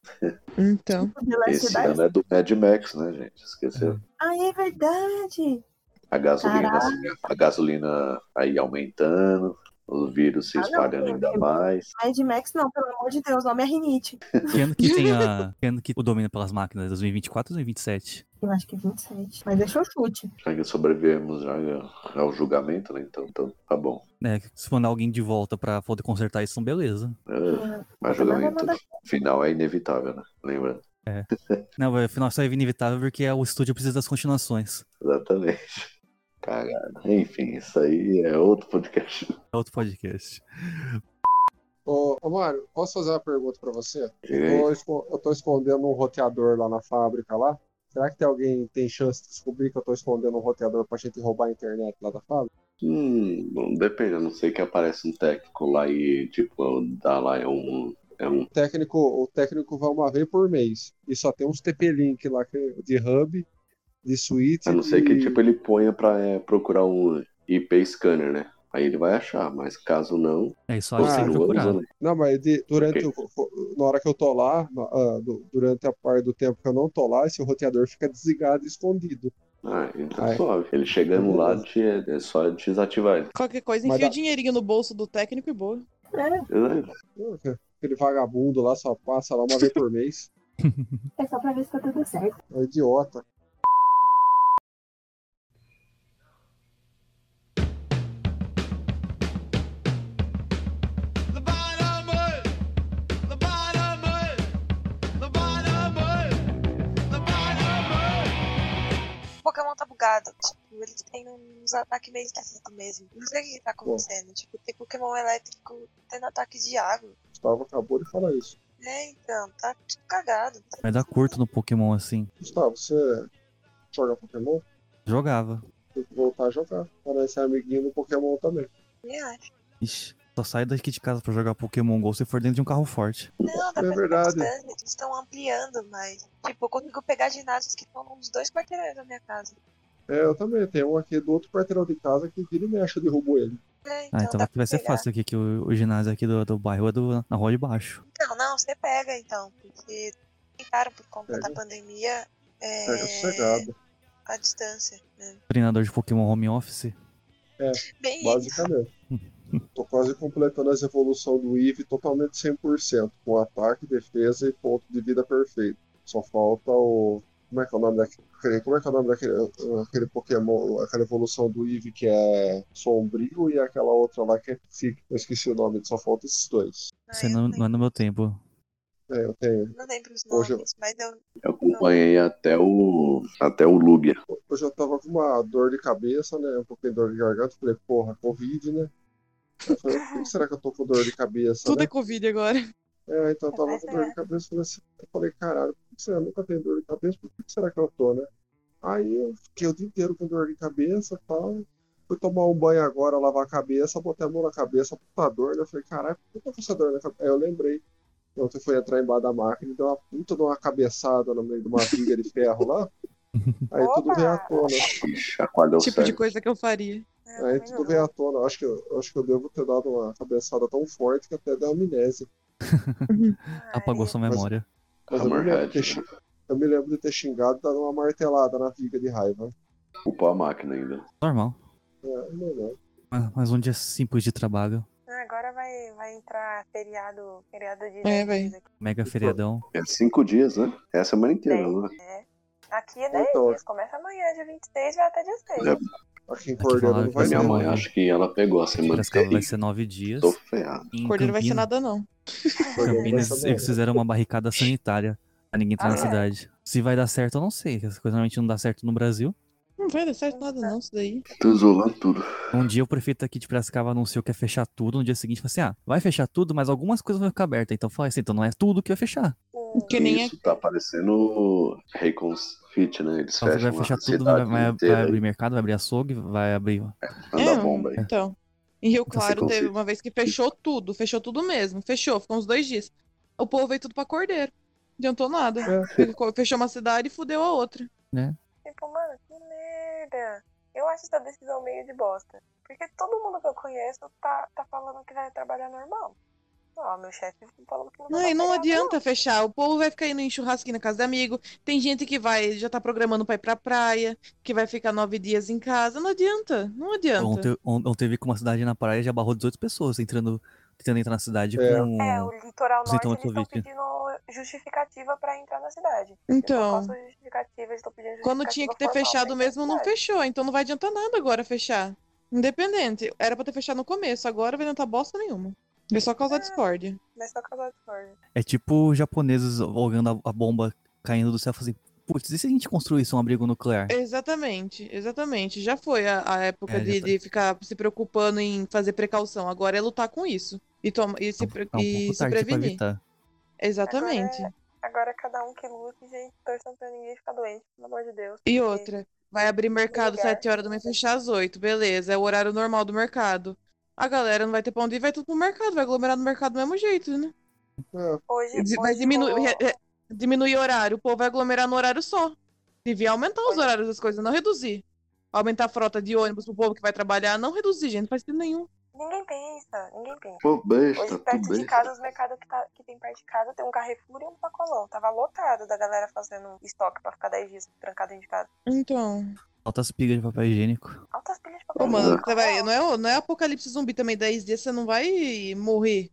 Então.
The Last
Esse
Jedi?
ano é do Mad Max, né, gente? Esqueceu.
Ah, é verdade.
A gasolina, a gasolina aí aumentando, o vírus se
Ah, não,
espalhando
meu
ainda
Deus.
mais.
Mad Max não, pelo amor de Deus, o nome é Rinite.
Que ano que tem a. Que ano que o domínio pelas máquinas? é 2024 ou 2027?
Eu acho que é 27. Mas deixa eu chute.
Já que sobrevivemos já ao julgamento, né? Então, então tá bom.
É, se mandar alguém de volta pra poder consertar isso, então beleza.
É, mas
Manda,
julgamento
manda.
final é inevitável, né? Lembrando.
Não, vai- afinal isso é inevitável porque o estúdio precisa das continuações.
Exatamente. Cagada. Enfim, isso aí é outro podcast.
É outro podcast.
Ô, ô, Mário, posso fazer uma pergunta pra você?
Direito.
Tô esco- eu tô escondendo um roteador lá na fábrica lá. Será que tem alguém tem chance de descobrir que eu tô escondendo um roteador pra gente roubar a internet lá da fábrica?
Hum, bom, depende, a não sei que aparece um técnico lá e, tipo, dá lá é um. É um.
O técnico, o técnico vai uma vez por mês. E só tem uns TP-Link lá que- de hub, de suíte.
A não ser que,
e-
tipo, ele ponha pra é, procurar um IP scanner, né? Aí ele vai achar, mas caso não,
É só
Ah,
você
continua
procurar.
usando.
Não, mas de- durante
Ok.
o- na hora que eu tô lá, na- ah, du- durante a parte do tempo que eu não tô lá, esse roteador fica desligado e escondido.
Ah, então
Ai.
suave. Ele chegando lá,
Beleza.
te- é só desativar ele.
Qualquer coisa,
Mas
enfia
dá-
o dinheirinho no bolso do técnico e boa.
É,
Ah, Aquele vagabundo lá só passa lá uma vez por mês.
É só pra ver se tá tudo certo.
É um idiota.
O Pokémon tá bugado. Tipo, ele tem uns ataques meio esquecidos mesmo. Não sei o que que tá acontecendo. Tipo, tem Pokémon elétrico tendo ataque de água.
Gustavo acabou de falar isso.
É, então, tá tudo cagado.
Vai dar curto no Pokémon assim.
Gustavo, Tá, você joga Pokémon?
Jogava.
Tem que voltar a jogar. Para ser amiguinho do Pokémon também.
Me
É
acho.
Ixi, só sai daqui de casa pra jogar Pokémon GO se for dentro de um carro forte.
Não, dá
É
pra ficar
verdade.
gostando. Eles estão ampliando, mas. Tipo, eu consigo pegar ginásios que estão uns dois quarteirões da minha casa.
É, eu também. Tem um aqui do outro quarteirão de casa que vira e mexe, eu derrubo ele.
É, então,
Ah, então
dá
vai,
pra
vai ser
pegar.
fácil aqui, que o, o ginásio aqui do, do bairro é do, na rua de baixo.
Não, não, você pega então. Porque tentaram por conta
Pega.
da pandemia. É,
Pega sossegado.
a distância, né?
Treinador de Pokémon Home Office.
Ah, Bem,
Basicamente. Tô quase completando as evoluções do Eve totalmente 100%, com ataque, defesa e ponto de vida perfeito. Só falta o. Como é que é o nome daquele. Como é que é o nome daquele aquele Pokémon, aquela evolução do Eve que é sombrio e aquela outra lá que é psíquico. Eu esqueci o nome, só falta esses dois.
ah,
Você
eu
não,
não,
não é no meu tempo.
É, eu tenho.
não lembro os nomes,
Hoje eu-
mas eu
Eu acompanhei até o. até o Lugia.
Hoje eu tava com uma dor de cabeça, né? Um pouquinho de dor de garganta. Falei, porra, Covid, né? Eu falei, por que será que eu tô com dor de cabeça,
Tudo
né?
é Covid agora.
É, então eu tava
Mas
com dor de cabeça. Falei assim, eu falei, caralho, por que será? Eu nunca tenho dor de cabeça, por que será que eu tô, né? Aí eu fiquei o dia inteiro com dor de cabeça e tal. Fui tomar um banho agora, lavar a cabeça, botei a mão na cabeça, puta dor, né? Eu falei, caralho, por que eu tô com essa dor na cabeça? Aí eu lembrei. Ontem eu fui entrar embaixo da máquina e deu uma puta de uma cabeçada no meio de uma viga de ferro lá. Aí tudo
Opa!
veio à tona.
Ixi, Chacoalhou
tipo de
certo.
coisa que eu faria.
eu
Aí
também
tudo
não.
veio à tona. Eu Acho que, eu acho que eu devo ter dado uma cabeçada tão forte que até deu amnésia.
Ah,
Apagou
é.
sua memória.
Mas eu me, lembro de
Hammerhead. né?
ter, xing- eu me lembro de ter xingado e dado uma martelada na viga de raiva.
Culpou a máquina ainda.
Normal.
É, não, não.
Mas- Mas um dia simples de trabalho.
Ah, Agora vai, vai entrar feriado, feriado de
É,
10
vai.
dias aqui.
Mega feriadão.
É cinco dias, né? É a semana inteira,
Bem.
né?
Aqui é 10
Então.
dias, começa amanhã, dia 26, vai até dia 6.
É,
Aqui em
Aqui
Cordeiro
falaram que
não
é
vai
A minha
ser
ter.
mãe,
nove.
acho que ela pegou a semana
Piracicaba
inteira.
vai ser nove dias.
Tô ferrado.
Em
Cordeiro vai ser
Campinas-
nada, não.
Cordeiro vai
Campinas,
ser
eles
nove.
fizeram uma barricada sanitária pra ninguém entrar
Ah,
na
é?
cidade. Se vai dar certo, eu não sei. que Essa coisa realmente não dá certo no Brasil.
Não vai dar certo nada, não, isso daí.
Tô isolando tudo.
Um dia o prefeito aqui de Piracicaba anunciou que ia fechar tudo. No dia seguinte, falou assim: ah, vai fechar tudo, mas algumas coisas vão ficar abertas. Então, fala assim: então não é tudo que vai fechar.
Que nem é-
Isso tá parecendo Raycons Fit, né? Eles
Então,
fecham
vai fechar
a
tudo, vai,
cidade
vai- vai
inteira.
abrir mercado, vai abrir açougue, vai abrir.
É,
Anda a bomba aí.
então. Em Rio
Tá sem
Claro teve
conceito.
uma vez que fechou tudo, fechou tudo mesmo. Fechou, ficou uns dois dias. O povo veio tudo pra Cordeiro. Adiantou nada.
É.
Ficou- Fechou uma cidade e fudeu a outra.
Tipo, mano, que merda. Eu acho essa decisão meio de bosta. Porque todo mundo que eu conheço tá, tá falando que vai trabalhar normal. Ó, meu chefe falou que não vai
Não, e não
trabalhar,
adianta fechar. O povo vai ficar indo em churrasquinho na casa de amigo. Tem gente que vai, já tá programando pra ir pra praia, que vai ficar nove dias em casa. Não adianta, não adianta.
Ontem, on- ontem eu vi que uma cidade na praia já barrou 18 pessoas entrando, tentando entrar na cidade
É.
com.
É, o litoral
Os
norte eles
sintomas
estão
Covid.
pedindo justificativa pra entrar na cidade.
Então.
Eu faço justificativa, eles estão pedindo
Quando tinha que ter
justificativa formal
fechado
pra entrar
mesmo,
na
não
cidade.
fechou. Então não vai adiantar nada agora fechar. Independente. Era pra ter fechado no começo, agora vai adiantar bosta nenhuma. É só causar discórdia.
Mas só causar discórdia.
É tipo os japoneses olhando a, a bomba caindo do céu e falando assim: putz, e se a gente construísse um abrigo nuclear?
Exatamente, exatamente. Já foi a, a época
É, já foi.
de, de ficar se preocupando em fazer precaução. Agora é lutar com isso. E, toma, e se, pre-
É um
e
pouco
se
tarde pra
prevenir.
evitar.
Exatamente.
Agora cada um que lute, gente, torçam pra ninguém ficar doente, pelo amor de Deus.
E
porque
outra, vai abrir mercado
é Lugar.
7 horas da manhã e fechar às 8, beleza, é o horário normal do mercado. A galera não vai ter pão de ir, vai tudo pro mercado, vai aglomerar no mercado do mesmo jeito, né?
É,
Hoje,
Di-
hoje
Mas diminui,
rolou-
re- re- diminuir horário, o povo vai aglomerar no horário só. Devia aumentar os
Olha.
horários das coisas, não reduzir. Aumentar a frota de ônibus pro povo que vai trabalhar, não reduzir, gente, não faz sentido nenhum.
Ninguém pensa, ninguém pensa.
Pô, besta,
Hoje,
tá
tu
perto de
besta.
casa, os mercados que, tá- que tem perto de casa tem um Carrefour e um Pacolão. Tava lotado da galera fazendo estoque pra ficar 10 dias trancado em casa.
Então.
Altas pilhas de papel higiênico.
Altas pilhas de
Ô,
papel.
mano,
higiênico,
você vai,
ó.
não, é, o- não é apocalipse zumbi também, 10 dias você não vai morrer.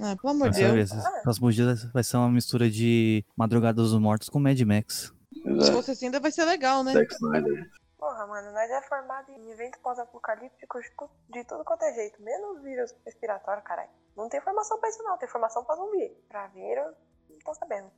Ah, pelo
Vai
amor de
ser,
Deus.
esses próximos dias vai ser uma mistura de Madrugada dos Mortos com Mad Max.
Se
Exato.
fosse assim, ainda vai ser legal, né?
É, Zack Snyder.
Porra, mano, nós é formado em evento pós-apocalíptico de tu- de tudo quanto é jeito, menos vírus respiratório, caralho. Não tem formação pra isso, não. Tem formação pra zumbi. Pra vírus, não tô sabendo.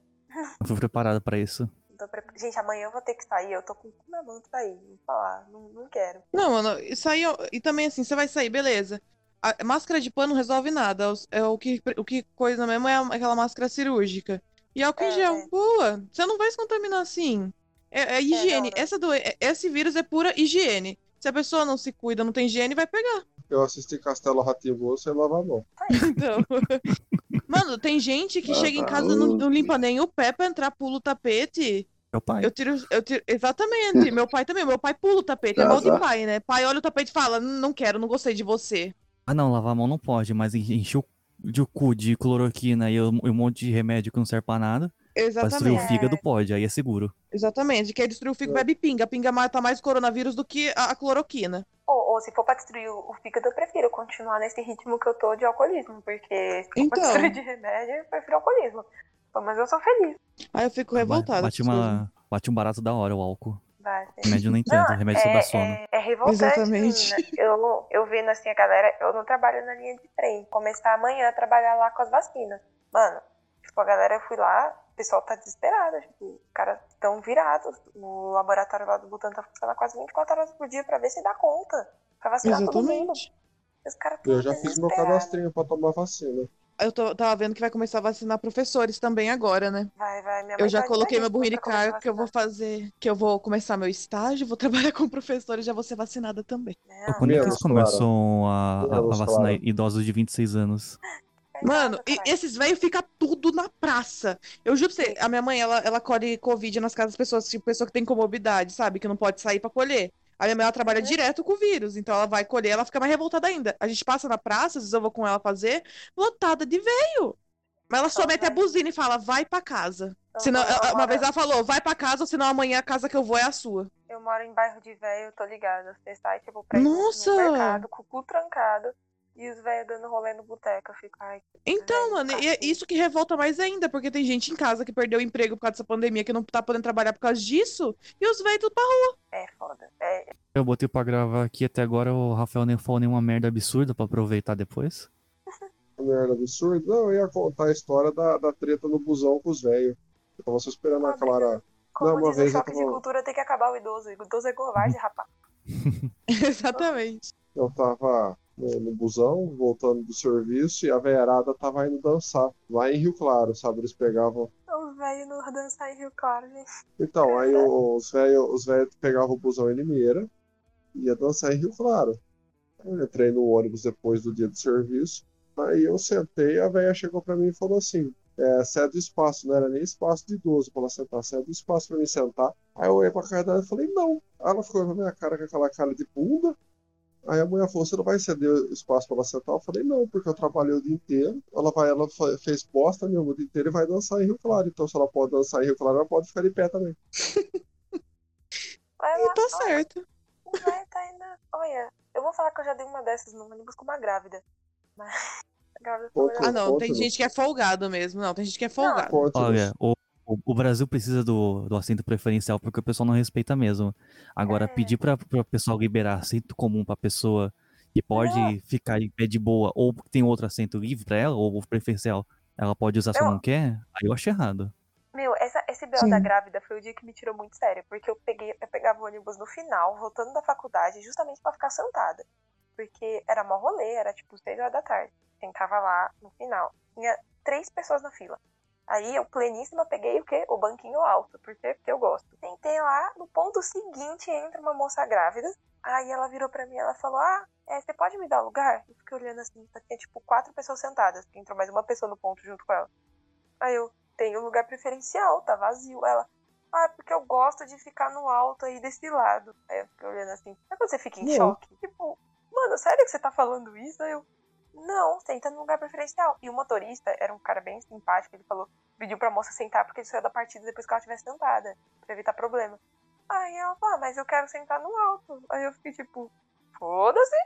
Não fui preparado pra isso.
Não tô pre- Gente, amanhã eu vou ter que sair. Eu tô com o cu na mão de sair. Vou falar, não, não quero.
Não, mano, isso aí, ó, e também assim, você vai sair, beleza. A máscara de pano não resolve nada. os- É o que, o que coisa mesmo é aquela máscara cirúrgica. E álcool em
É,
gel,
é.
boa. Você não vai se contaminar assim. É, é higiene.
não.
Essa doe- é- Esse vírus é pura higiene. Se a pessoa não se cuida, não tem higiene, vai pegar.
eu assisti Castelo Rativo sem lavar a mão.
Então. Mano, tem gente que
Ah,
chega em
tá
casa e não,
louco.
não limpa nem o pé pra entrar, pula o tapete.
Meu pai.
Eu tiro, eu tiro. Exatamente. Meu pai também. Meu pai pula o tapete. É mal de
Azar.
pai, né? Pai olha o tapete e fala: Não quero, não gostei de você.
Ah não, lavar a mão não pode, mas en- encher o, de o cu de cloroquina e um e um monte de remédio que não serve pra nada. Pra destruir o
Exatamente.
fígado pode, aí é seguro.
Exatamente. Quer destruir o figo,
É.
bebe pinga. Pinga mata mais coronavírus do que a, a cloroquina.
Ou, ou se for pra destruir o o fígado, eu prefiro continuar nesse ritmo que eu tô de alcoolismo. Porque se for
Então.
pra destruir de remédio, eu prefiro alcoolismo. Pô, Mas eu sou feliz.
Aí eu
Ah,
fico
Ba-
revoltada.
Bate,
com É. essas coisas.
uma, bate um barato da hora o álcool.
Vai, sim.
Remédio nem
Não,
tanto,
um
remédio só dá sono.
É, é revoltante.
Exatamente.
menina. Eu, eu vendo assim a galera, eu não trabalho na linha de trem. Começar amanhã a trabalhar lá com as vacinas. Mano, tipo, a galera, eu fui lá, o pessoal tá desesperado. Tipo, os caras estão virados. O laboratório lá do Butantan funciona quase 24 horas por dia pra ver se dá conta. Pra vacinar todo mundo.
Exatamente.
Os caras tão
Eu já fiz meu
desesperados.
cadastrinho pra tomar vacina.
Eu tô- tava vendo que vai começar a vacinar professores também agora, né?
Vai, vai, minha
Eu
mãe
já
tá
coloquei meu
animadíssima
burrinho de
pra começar
carga que eu vou
a
fazer, que eu vou começar meu estágio, vou trabalhar com professores, já vou ser vacinada também.
vacinar.
Pô,
Não,
quando é que
menos,
eles começam a, a-
Menos,
a vacinar
claro.
idosos de 26 anos?
fica em
Mano,
casa,
e
caralho.
esses velhos ficam tudo na praça. Eu juro pra você, a minha mãe, ela, ela colhe Covid nas casas das pessoas, tipo, pessoa que tem comorbidade, sabe? Que não pode sair pra colher. A minha mãe, ela trabalha direto com o vírus, então ela vai colher, ela fica mais revoltada ainda. A gente passa na praça, às vezes eu vou com ela fazer, lotada de velho. Mas ela só
Então,
mete a
vai.
buzina e fala, vai pra casa.
Eu
Senão,
moro- eu
ela- uma
moro-
vez ela falou, vai pra casa, ou senão amanhã a casa que eu vou é a sua.
Eu moro em bairro de velho, tô ligada. Você sai, tipo, pra ir
Nossa!
no mercado, com o cu trancado, e os velhos dando rolê no boteco. Eu fico, ai,
Então,
Velho,
mano,
tá
e é
assim.
isso que revolta mais ainda, porque tem gente em casa que perdeu o emprego por causa dessa pandemia, que não tá podendo trabalhar por causa disso, e os velhos tudo pra rua.
é foda. É,
Eu botei pra gravar aqui até agora, o Rafael nem falou nenhuma merda absurda pra aproveitar depois.
Uma merda absurda. Não, eu ia contar a história da, da treta no busão com os velhos. Eu tava só esperando a Clara.
como
Não, uma
diz
vez
o
eu
choque de
tava-
cultura, tem que acabar o idoso. O idoso é
Uhum.
covarde, rapaz.
Exatamente.
Eu tava no, no busão, voltando do serviço, e a velharada tava indo dançar. Lá em Rio Claro, sabe? Eles pegavam.
O Então, velho não dançar em Rio Claro, gente.
Então, aí o- os velhos os velhos pegavam o busão em Limeira e ia dançar em Rio Claro. Eu entrei no ônibus depois do dia de serviço, aí eu sentei, a velha chegou pra mim e falou assim, é, cede o espaço, não era nem espaço de idoso pra ela sentar, cede o espaço pra mim sentar. Aí eu olhei pra cara dela e falei, não. Aí ela ficou na minha cara com aquela cara de bunda, Aí a mulher falou, você não vai ceder o espaço pra ela sentar? Eu falei, não, porque eu trabalhei o dia inteiro. Ela, vai, ela fa- fez bosta nenhuma o dia inteiro e vai dançar em Rio Claro. Então, se ela pode dançar em Rio Claro, ela pode ficar de pé também.
Vai
E
lá,
tá
olha,
certo.
o velho tá ainda. Olha, eu vou falar que eu já dei uma dessas no ônibus com uma grávida. Mas a grávida foi
Outro.
Ah, não, tem
Ótimo.
gente que é folgado mesmo. Não, tem gente que é folgado.
Conte-nos.
Olha, o, o- o Brasil precisa do, do assento preferencial porque o pessoal não respeita mesmo. Agora,
É.
pedir pra, pra pessoal liberar assento comum pra pessoa que pode
Não.
ficar em pé de boa ou que tem outro assento livre pra ela, ou preferencial, ela pode usar se
Não.
ela não quer, aí eu acho errado.
Meu, essa, esse B.O. da
Sim.
grávida foi o dia que me tirou muito sério, porque eu, peguei, eu pegava o ônibus no final, voltando da faculdade, justamente pra ficar sentada. Porque era mó rolê, era tipo 6 horas da tarde. Sentava lá no final. Tinha três pessoas na fila. Aí eu, pleníssima, peguei o quê? O banquinho alto. Por quê? Porque eu gosto. Sentei lá, no ponto seguinte entra uma moça grávida. Aí ela virou pra mim e ela falou: Ah, é, você pode me dar lugar? Eu fiquei olhando assim, tá- tinha tipo quatro pessoas sentadas, porque entrou mais uma pessoa no ponto junto com ela. Aí eu, tenho um lugar preferencial, tá vazio. Ela, ah, porque eu gosto de ficar no alto aí desse lado. Aí eu fiquei olhando assim, sabe quando você fica em
Não.
choque? Tipo, mano, sério que você tá falando isso? Aí eu, não, senta no lugar preferencial. E o motorista era um cara bem simpático, ele falou, pediu pra moça sentar porque ele saiu da partida depois que ela tivesse sentada, pra evitar problema. Aí ela falou, ah, mas eu quero sentar no alto. Aí eu fiquei tipo, foda-se.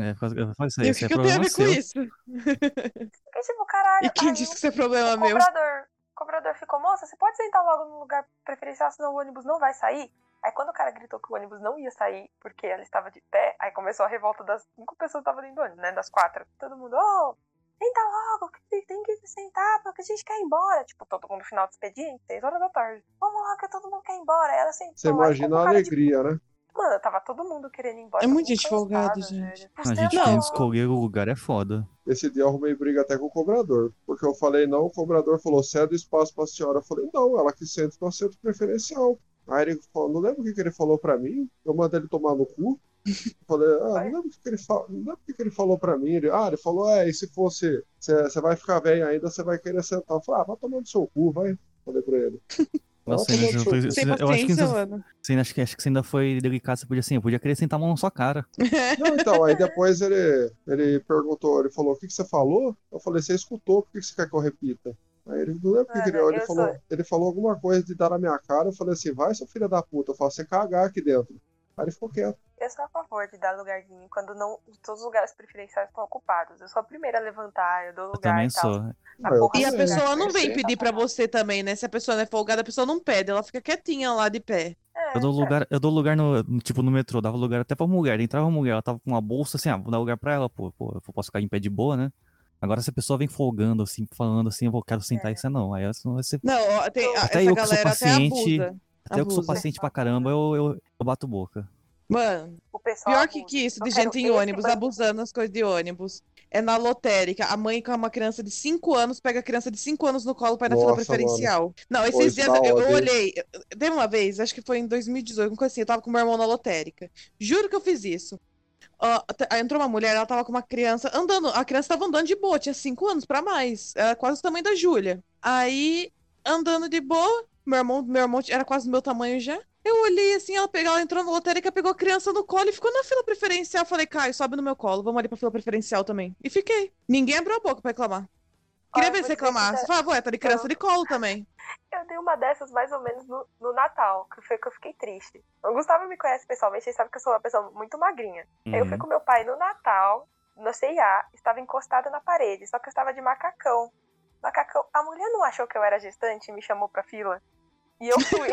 É, faz- faz isso aí,
E o
isso
que,
é
que eu tenho a
problema
ver com
seu.
isso?
Fiquei tipo, caralho.
E quem
aí
disse
eu-
que isso é problema
o
meu?
cobrador, o cobrador ficou, moça, você pode sentar logo no lugar preferencial, senão o ônibus não vai sair? Aí quando o cara gritou que o ônibus não ia sair, porque ela estava de pé, aí começou a revolta das cinco pessoas que estavam dentro do ônibus, né? Das quatro. Todo mundo, ô, senta logo, que tem que se sentar, porque a gente quer ir embora. Tipo, todo mundo no final do expediente, seis horas da tarde. Vamos lá, que todo mundo quer ir embora. Aí ela sentou.
Você
aí
imagina
ficou com
a
é um cara de-
alegria, né?
Mano, tava todo mundo querendo ir embora.
É
todo
muito
mundo
gente folgada,
cansado,
gente.
velho. é
A gente
Não.
tem que escolher o lugar, é foda.
Esse dia eu arrumei briga até com o cobrador. Porque eu falei não, o cobrador falou, cede espaço pra senhora. Eu falei, não, ela que sente no assento preferencial. Aí ele falou, não lembro o que, que ele falou pra mim. Eu mandei ele tomar no cu. Eu falei, ah,
Vai.
não lembro o que, que ele falou. Não lembro o que, que ele falou pra mim. Ele, ah, ele falou, é, e se fosse. Você vai ficar velho ainda, você vai querer sentar. Eu falei, ah, vai tomar no seu cu, vai. Falei pra ele. Vai
Nossa,
tomar
ainda
no
não
seu
foi-
cu.
você-
Sem
eu acho que é
paciência,
você-
mano.
você ainda- acho que acho que você ainda foi delicado, você podia assim, eu podia querer sentar a mão na sua cara.
Não, então, aí depois ele, ele perguntou, ele falou, o que, que você falou? Eu falei, você escutou, por que, que você quer que eu repita? Aí ele não lembro o que que ele,
Mano,
ele
eu
falou,
sou-
ele falou alguma coisa de dar na minha cara, eu falei assim, vai, seu filho da puta, eu falo, você cagar aqui dentro. Aí ele ficou quieto.
Eu sou a favor de dar lugarzinho quando não todos os lugares preferenciais estão ocupados. Eu sou a primeira a levantar, eu dou
Eu
lugar
também
e tal.
sou.
A
Não, eu
porra É.
E a
também.
pessoa não vem
Sim.
pedir pra você também, né? Se a pessoa não é folgada, a pessoa não pede, ela fica quietinha lá de pé.
É,
Eu dou
cara.
lugar, eu dou lugar no, no- tipo, no metrô, dava lugar até pra mulher. Entrava uma mulher, ela tava com uma bolsa assim, ah, vou dar lugar pra ela, pô, pô, eu posso ficar em pé de boa, né? Agora se a pessoa vem folgando, assim, falando assim, eu vou- quero sentar, isso é não. Aí assim, você,
Não, ó, tem, a-
Até
essa
eu que sou
galera até
paciente-
abusa.
até eu que sou
abusa.
paciente pra caramba, eu, eu, eu bato boca.
Mano,
O pessoal
pior que,
abusa.
que isso,
Eu
de
quero
gente em
esse
ônibus,
banco.
abusando as coisas de ônibus. É na lotérica. A mãe com uma criança de 5 anos, pega a criança de 5 anos no colo pra ir na fila
Nossa,
preferencial. Não,
Pô,
esses
isso
dias
dá
eu, eu
ódio, hein?
olhei. eu- Teve uma vez, acho que foi em 2018, alguma coisa assim, eu tava com meu irmão na lotérica. Juro que eu fiz isso. Ó, t- aí entrou uma mulher, ela tava com uma criança andando. A criança tava andando de boa, tinha 5 anos pra mais. Era quase o tamanho da Júlia. Aí, andando de boa, meu irmão, meu irmão era quase do meu tamanho já. Eu olhei assim, ela pegou, ela entrou na lotérica, pegou a criança no colo e ficou na fila preferencial. Eu Falei, Caio, sobe no meu colo, vamos ali pra fila preferencial também. E fiquei. Ninguém abriu a boca pra reclamar. Queria
Olha,
ver
eu
se
vou te
reclamar. Você
dizer-
fala, ué, tá de criança de colo também.
Eu dei uma dessas mais ou menos no, no Natal, que foi que eu fiquei triste. O Gustavo me conhece pessoalmente, ele sabe que eu sou uma pessoa muito magrinha. Aí Eu fui com meu pai no Natal, no CIA, estava encostada na parede, só que eu estava de macacão. Macacão. A mulher não achou que eu era gestante e me chamou pra fila. E eu fui.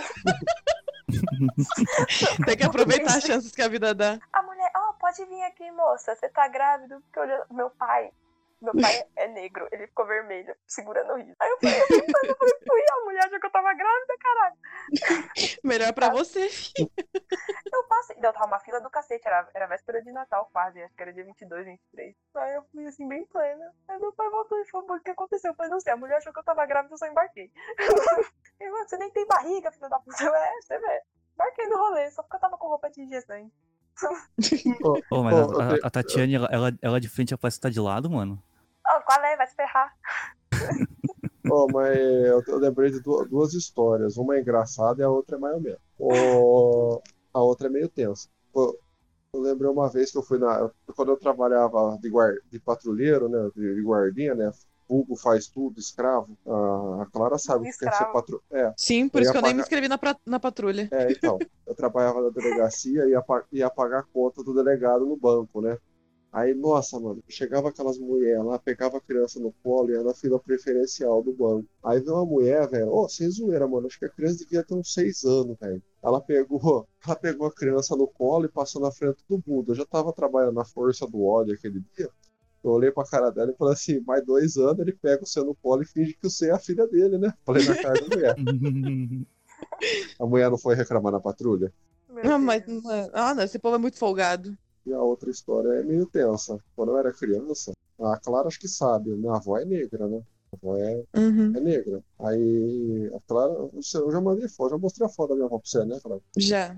Tem que aproveitar as chances que a vida dá.
A mulher, ó, pode vir aqui, moça, você tá grávida? Porque olhando. Meu pai, meu pai é negro, ele ficou vermelho, segurando o riso. Aí eu falei, eu falei, eu falei, fui, a mulher achou que eu tava grávida, caralho.
Melhor pra você.
Eu passei. Não, tava uma fila do cacete, era, era véspera de Natal quase, acho que era dia 22, 23. Aí eu fui assim, bem plena. Aí meu pai voltou e falou, "Mas o que aconteceu? Eu falei, não sei, a mulher achou que eu tava grávida, eu só embarquei. Ele falou, você nem tem barriga, filho da puta. Eu, é, você vê. Embarquei no rolê, só porque eu tava com roupa de gestante.
Ô, mas
Ô,
a, a-
eu te-
a Tatiane, ela, ela, ela de frente, ela parece que tá de lado, mano.
Ó, qual é? Vai se ferrar.
Ó, mas eu eu lembrei de du- duas histórias. Uma é engraçada e a outra é mais ou menos. Ó, a outra é meio tensa. Pô, eu lembrei uma vez que eu fui na. Quando eu trabalhava de, guar, de patrulheiro, né? De, de guardinha, né? Vulgo faz tudo, escravo. Ah, a Clara sabe o que é ser
Escravo.
patrulheiro. É,
Sim, por
Eu
isso
ia
que eu nem me
pagar-
inscrevi na, pra- na patrulha.
é, então. Eu trabalhava na delegacia e ia, pa- ia pagar a conta do delegado no banco, né? Aí, nossa, mano, chegava aquelas mulheres lá, pegava a criança no colo e ia na fila preferencial do banco. Aí veio uma mulher, velho, ô, sem zoeira, mano, acho que a criança devia ter uns seis anos, velho. Ela pegou, ela pegou a criança no colo e passou na frente do mundo. Eu já tava trabalhando na força do ódio aquele dia. Eu olhei pra cara dela e falei assim, mais dois anos ele pega o seu no colo e finge que você é a filha dele, né? Falei na cara da mulher. A mulher não foi reclamar na patrulha?
Meu
Ah, mas.
Deus.
Ah, não, esse povo é muito folgado.
E a outra história é meio tensa. Quando eu era criança, a Clara acho que sabe, minha avó é negra, né? avó é,
Uhum.
é negra. Aí a Clara, eu já mandei foto, já mostrei a foto da minha avó pra você, né, Clara?
Já.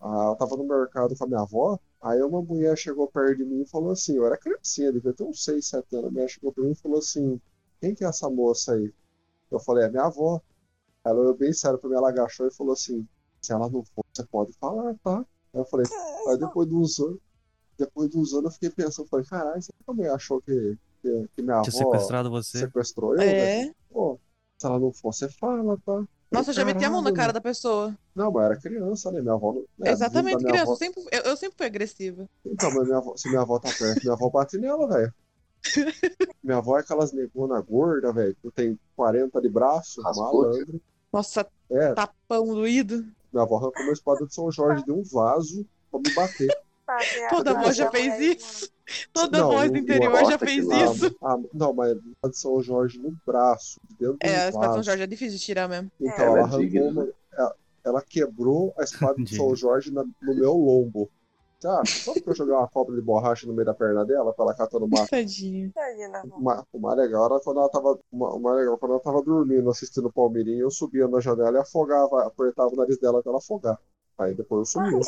Ah, eu tava no mercado com a minha avó, aí uma mulher chegou perto de mim e falou assim, eu era criancinha, devia ter uns 6, 7 anos, a mulher chegou perto de mim e falou assim, quem que é essa moça aí? Eu falei, é minha avó. Ela olhou bem sério pra mim, ela agachou e falou assim, se ela não for, você pode falar, tá? Aí eu falei, aí depois dos anos, depois dos anos eu fiquei pensando, falei, caralho, você também achou que, que, que minha
Tinha
avó
sequestrado você.
sequestrou eu, velho?
É.
Pô, se ela não for, você fala, tá? Eu falei,
Nossa, eu já meti a mão na
"Caralho,
cara
mano."
da pessoa.
Não, mas eu era criança, né? Minha avó não... é, vindo
Exatamente,
da minha
criança.
avó-
Eu sempre, eu, eu sempre fui agressiva.
então, mas minha avó, se minha avó tá perto, minha avó bate nela, velho. Minha avó é aquelas negona gorda, velho, que tem 40 de braço,
Rasputin.
malandro.
Nossa,
É,
tapão doído.
minha avó arrancou uma espada de São Jorge de um vaso pra me bater.
Fazer
Toda
a-
voz já
a mulher
fez isso. Toda
Não,
voz do
o- o
interior já
Horta que
fez
lá-
isso.
Ah, ah, não, mas a espada de São Jorge no braço, de dentro
É, a espada
do
de São
vaso.
Jorge é difícil de tirar mesmo.
Então,
Ela
ela
é
arrancou
digna,
uma-
né?
ela- Ela quebrou a espada de São Jorge na- no meu lombo. Tá, só porque eu joguei uma cobra de borracha no meio da perna dela, pra ela catar no mato.
Tadinho.
Imagina, amor.
Uma- O mais legal era quando ela tava, uma- o mais legal, quando ela tava dormindo, assistindo o Palmeirinho, eu subia na janela e afogava, apertava o nariz dela até ela afogar. Aí depois eu sumia.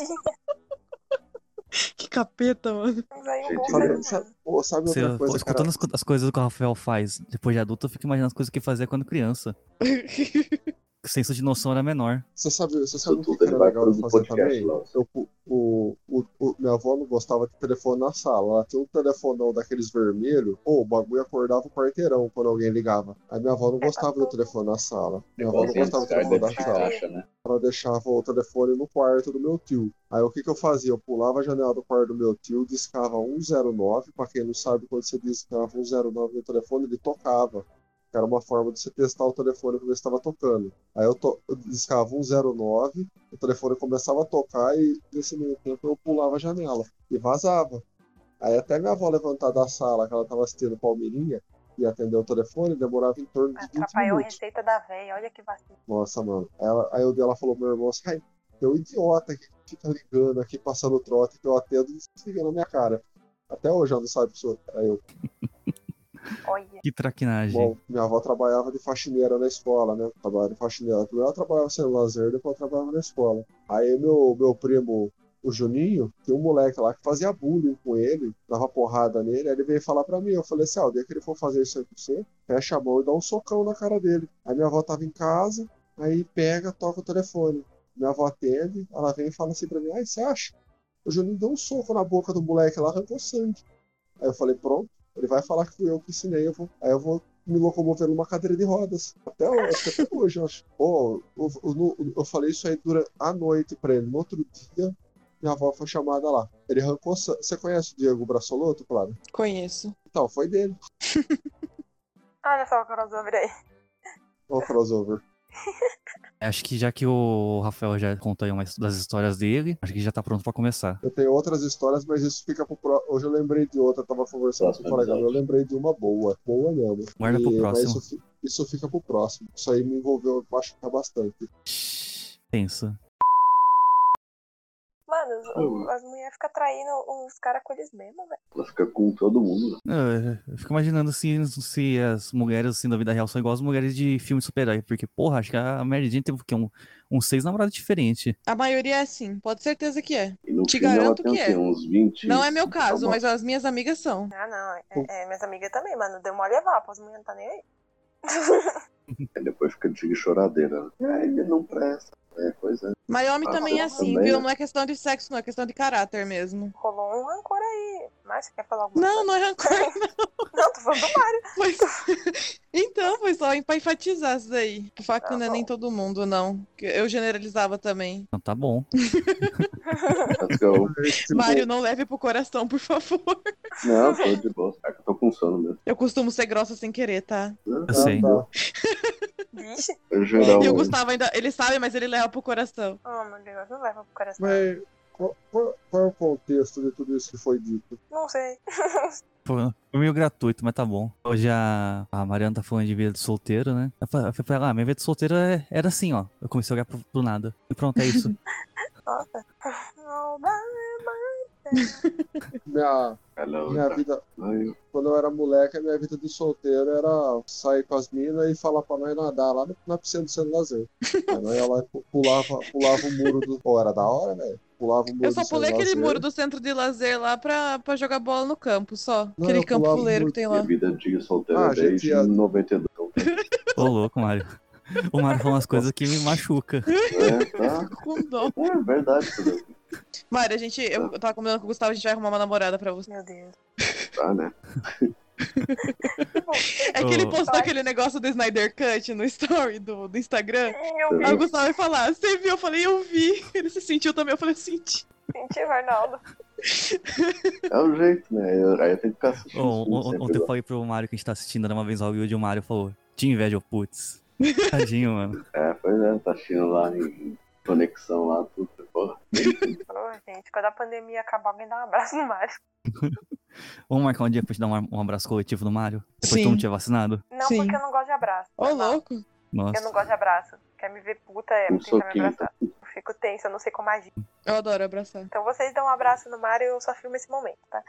Que capeta, mano.
Mas aí um
Gente,
bom
olha,
ser humano.
Sabe, sabe, pô, sabe
Você,
outra coisa, cara?
escutando as, co- as coisas que o Rafael faz depois de adulto, eu fico imaginando as coisas que fazia quando criança. O senso de noção era menor.
Você sabe, você
Isso
sabe o que
tudo
que
ele
era
vai
é legal de
pro
fazer
podcast,
também?
Laura.
Eu, o, o, o- minha avó não gostava de telefone na sala. Ela tinha um telefonão daqueles vermelho. Pô, o bagulho acordava o quarteirão quando alguém ligava. A minha avó não gostava do telefone na sala. Minha avó não
Igualzinho
gostava do
os caras
telefone
devem
da
ficar,
sala.
acha, né?
Ela deixava o telefone no quarto do meu tio. Aí o que que eu fazia? Eu pulava a janela do quarto do meu tio, discava 109. Pra quem não sabe, quando você discava 109 no telefone, ele tocava. Era uma forma de você testar o telefone pra ver se estava tocando. Aí eu, to... eu discava 109, o telefone começava a tocar e nesse meio tempo eu pulava a janela e vazava. Aí até minha avó levantar da sala que ela tava assistindo Palmeirinha e atender o telefone, demorava em torno de 20
Atrapalhou a
minutos.
receita da véia, olha que vacina.
Nossa, mano. Ela- aí o dela falou, meu irmão, assim, ai, tem um idiota que fica ligando aqui, passando trote, que eu atendo e fica na minha cara. Até hoje ela não sabe isso. Aí eu,
Olha.
Que traquinagem.
bom, minha avó trabalhava de faxineira na escola, né? Trabalhava de faxineira. Primeiro ela trabalhava sendo lazer, depois ela trabalhava na escola. Aí meu, meu primo, o Juninho, tem um moleque lá que fazia bullying com ele, dava porrada nele, aí ele veio falar pra mim. Eu falei assim, ah, o dia que ele for fazer isso aí com você, fecha a mão e dá um socão na cara dele. Aí minha avó tava em casa, aí pega, toca o telefone. Minha avó atende, ela vem e fala assim pra mim, ai, você acha? O Juninho deu um soco na boca do moleque lá, arrancou sangue. Aí eu falei, pronto, ele vai falar que fui eu que ensinei, eu vou, aí eu vou me locomover numa cadeira de rodas. Até, ho- acho que até hoje, eu acho. Pô, eu, eu não- eu falei isso aí durante a noite pra ele. No outro dia, minha avó foi chamada lá. Ele arrancou. sa- Você conhece o Diego Braçoloto, claro?
Conheço.
Então, foi dele.
Olha só o crossover aí.
Ó, o crossover.
Acho que já que o Rafael já contou aí umas das histórias dele, acho que já tá pronto pra começar.
Eu tenho outras histórias, mas isso fica pro pro... Hoje eu lembrei de outra, eu tava conversando com
Próximo
o colega meu, eu
episódio.
lembrei de uma boa. Boa mesmo.
Guarda
E-
pro
Mas
próximo.
isso, fi- isso fica pro próximo. Isso aí me envolveu, eu acho que tá bastante.
Pensa.
Mano, os-
Hum.
as mulheres ficam traindo os caras com eles mesmo, velho.
Ela fica com todo mundo, né?
Eu, É, eu fico imaginando se, se as mulheres assim, da vida real são iguais as mulheres de filme de super-herói. Porque, porra, acho que a Mary Jane teve o quê? Um, uns seis namorados diferentes.
A maioria é assim, pode certeza que é.
E no
Te
fim ela
garanto
tem o
que
quê?
é.
Uns 20.
Não é meu caso,
Tá bom.
mas as minhas amigas são.
Ah, não. É,
Hum.
é, minhas amigas também, mano. Deu mó levar, pô, as mulheres não tá nem aí.
Aí depois fica de choradeira. Ah, ele não presta. É, pois é.
Mas homem
Ah,
também é
eu
assim,
também,
viu?
né?
Não é questão de sexo, não, é questão de caráter mesmo.
Rolou um rancor aí. Mas você quer falar alguma
Não, não é rancor.
coisa? Não, tô falando do Mário.
Foi... então, foi só pra enfatizar isso daí. O fato que
Tá
não é nem
bom.
todo mundo, não. Eu generalizava também.
Então tá bom.
Acho que é eu-
Esse
Mário, não leve pro coração, por favor.
Não, tô de boa. Saca, eu tô com sono mesmo.
Eu costumo ser grossa sem querer, tá?
Eu sei.
tá.
Vixe.
Eu, geral,
E o
eu
Gustavo ainda. Ele sabe, mas ele leva pro coração.
Ah, meu Deus, não leva pro coração.
Mas qual, qual- qual é o contexto de tudo isso que foi dito?
Não sei.
Foi foi meio gratuito, mas tá bom. Hoje a, a Mariana tá falando de vida de solteiro, né? Eu fa- eu falei pra ela, ah, minha vida de solteiro é- era assim, ó. Eu comecei a olhar pro, pro nada. E pronto, é isso.
Nossa. Não dá,
Minha,
Hello,
minha vida,
Ai,
quando eu era moleque, a minha vida de solteiro era sair com as minas e falar pra nós nadar lá no- na piscina do Centro Lazer. Aí nós ia lá e pu- pulava, pulava o muro do. Pô, era da hora, velho. Pulava o muro
Eu
do
só
Centro
pulei aquele
Lazer.
muro do centro de lazer lá pra, pra jogar bola no campo, só.
Não,
aquele
eu
campo
pulava
fuleiro
muito.
que tem
Minha
lá.
vida de solteiro
Ah, gente,
desde
ia-
92.
Ô, louco, Mário. O Mário fala umas coisas que me machuca.
É, tá?
Com dó.
É verdade, tudo
Mari, a gente. Eu tava combinando com o Gustavo, a gente vai arrumar uma namorada pra você.
Meu Deus.
tá, né?
É que ele
Oh.
postou aquele negócio do Snyder Cut no story do, do Instagram.
É, Eu
Aí o Gustavo vai falar, você viu? Eu falei, eu vi. Ele se sentiu também, eu falei, eu senti.
senti, Arnaldo.
É o jeito, né? Eu- Aí eu tenho que ficar assistindo.
Ô,
filme
on- on-
sempre
ontem eu
igual.
falei pro Mário que a gente tá assistindo era uma vez ao vídeo e o Mário falou: Te inveja, ô putz. Tadinho, mano.
É, pois é, tá assistindo lá em conexão lá, tudo. Porra,
Ô, gente, quando a pandemia acabar, alguém dá um abraço no Mário.
Vamos marcar um dia pra gente dar um, um abraço coletivo no Mário? Depois
Sim.
que todo mundo tiver vacinado?
Não,
Sim.
porque eu não gosto de abraço.
Ô,
Vai lá.
louco.
Nossa.
Eu não gosto de abraço. Quer me ver puta, é
Um
tentar me
soquinho.
abraçar. Eu fico tensa, eu não sei como agir.
Eu adoro abraçar.
Então vocês dão um abraço no Mário e eu só filmo esse momento, tá?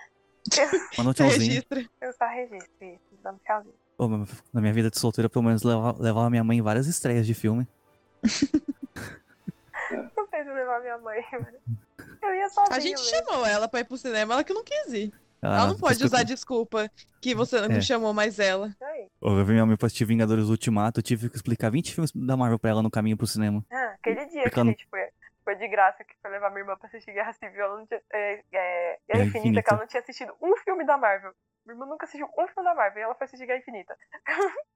Manda um
Você
tchauzinho.
registra.
Eu só registro isso, dando tchauzinho.
Ô, mas na minha vida de solteira, pelo menos leva- levava minha mãe em várias estreias de filme.
Eu preciso levar minha mãe, mano. Eu ia sozinho
A gente
mesmo.
chamou ela pra ir pro cinema, ela que não quis ir. ela não
Ah,
pode usar
desculpa.
desculpa que você não
É.
chamou mais ela.
Aí.
Ô, Eu vi minha mãe pra assistir Vingadores Ultimato, eu tive que explicar 20 filmes da Marvel pra ela no caminho pro cinema.
Ah, aquele dia que a
Ficando-
gente foi, foi de graça que foi levar minha irmã pra assistir Guerra Civil, ela não tinha. É, é, Guerra
Guerra
Infinita, que
Infinita.
ela não tinha assistido um filme da Marvel. Minha irmã nunca assistiu um filme da Marvel e ela foi assistir Guerra Infinita.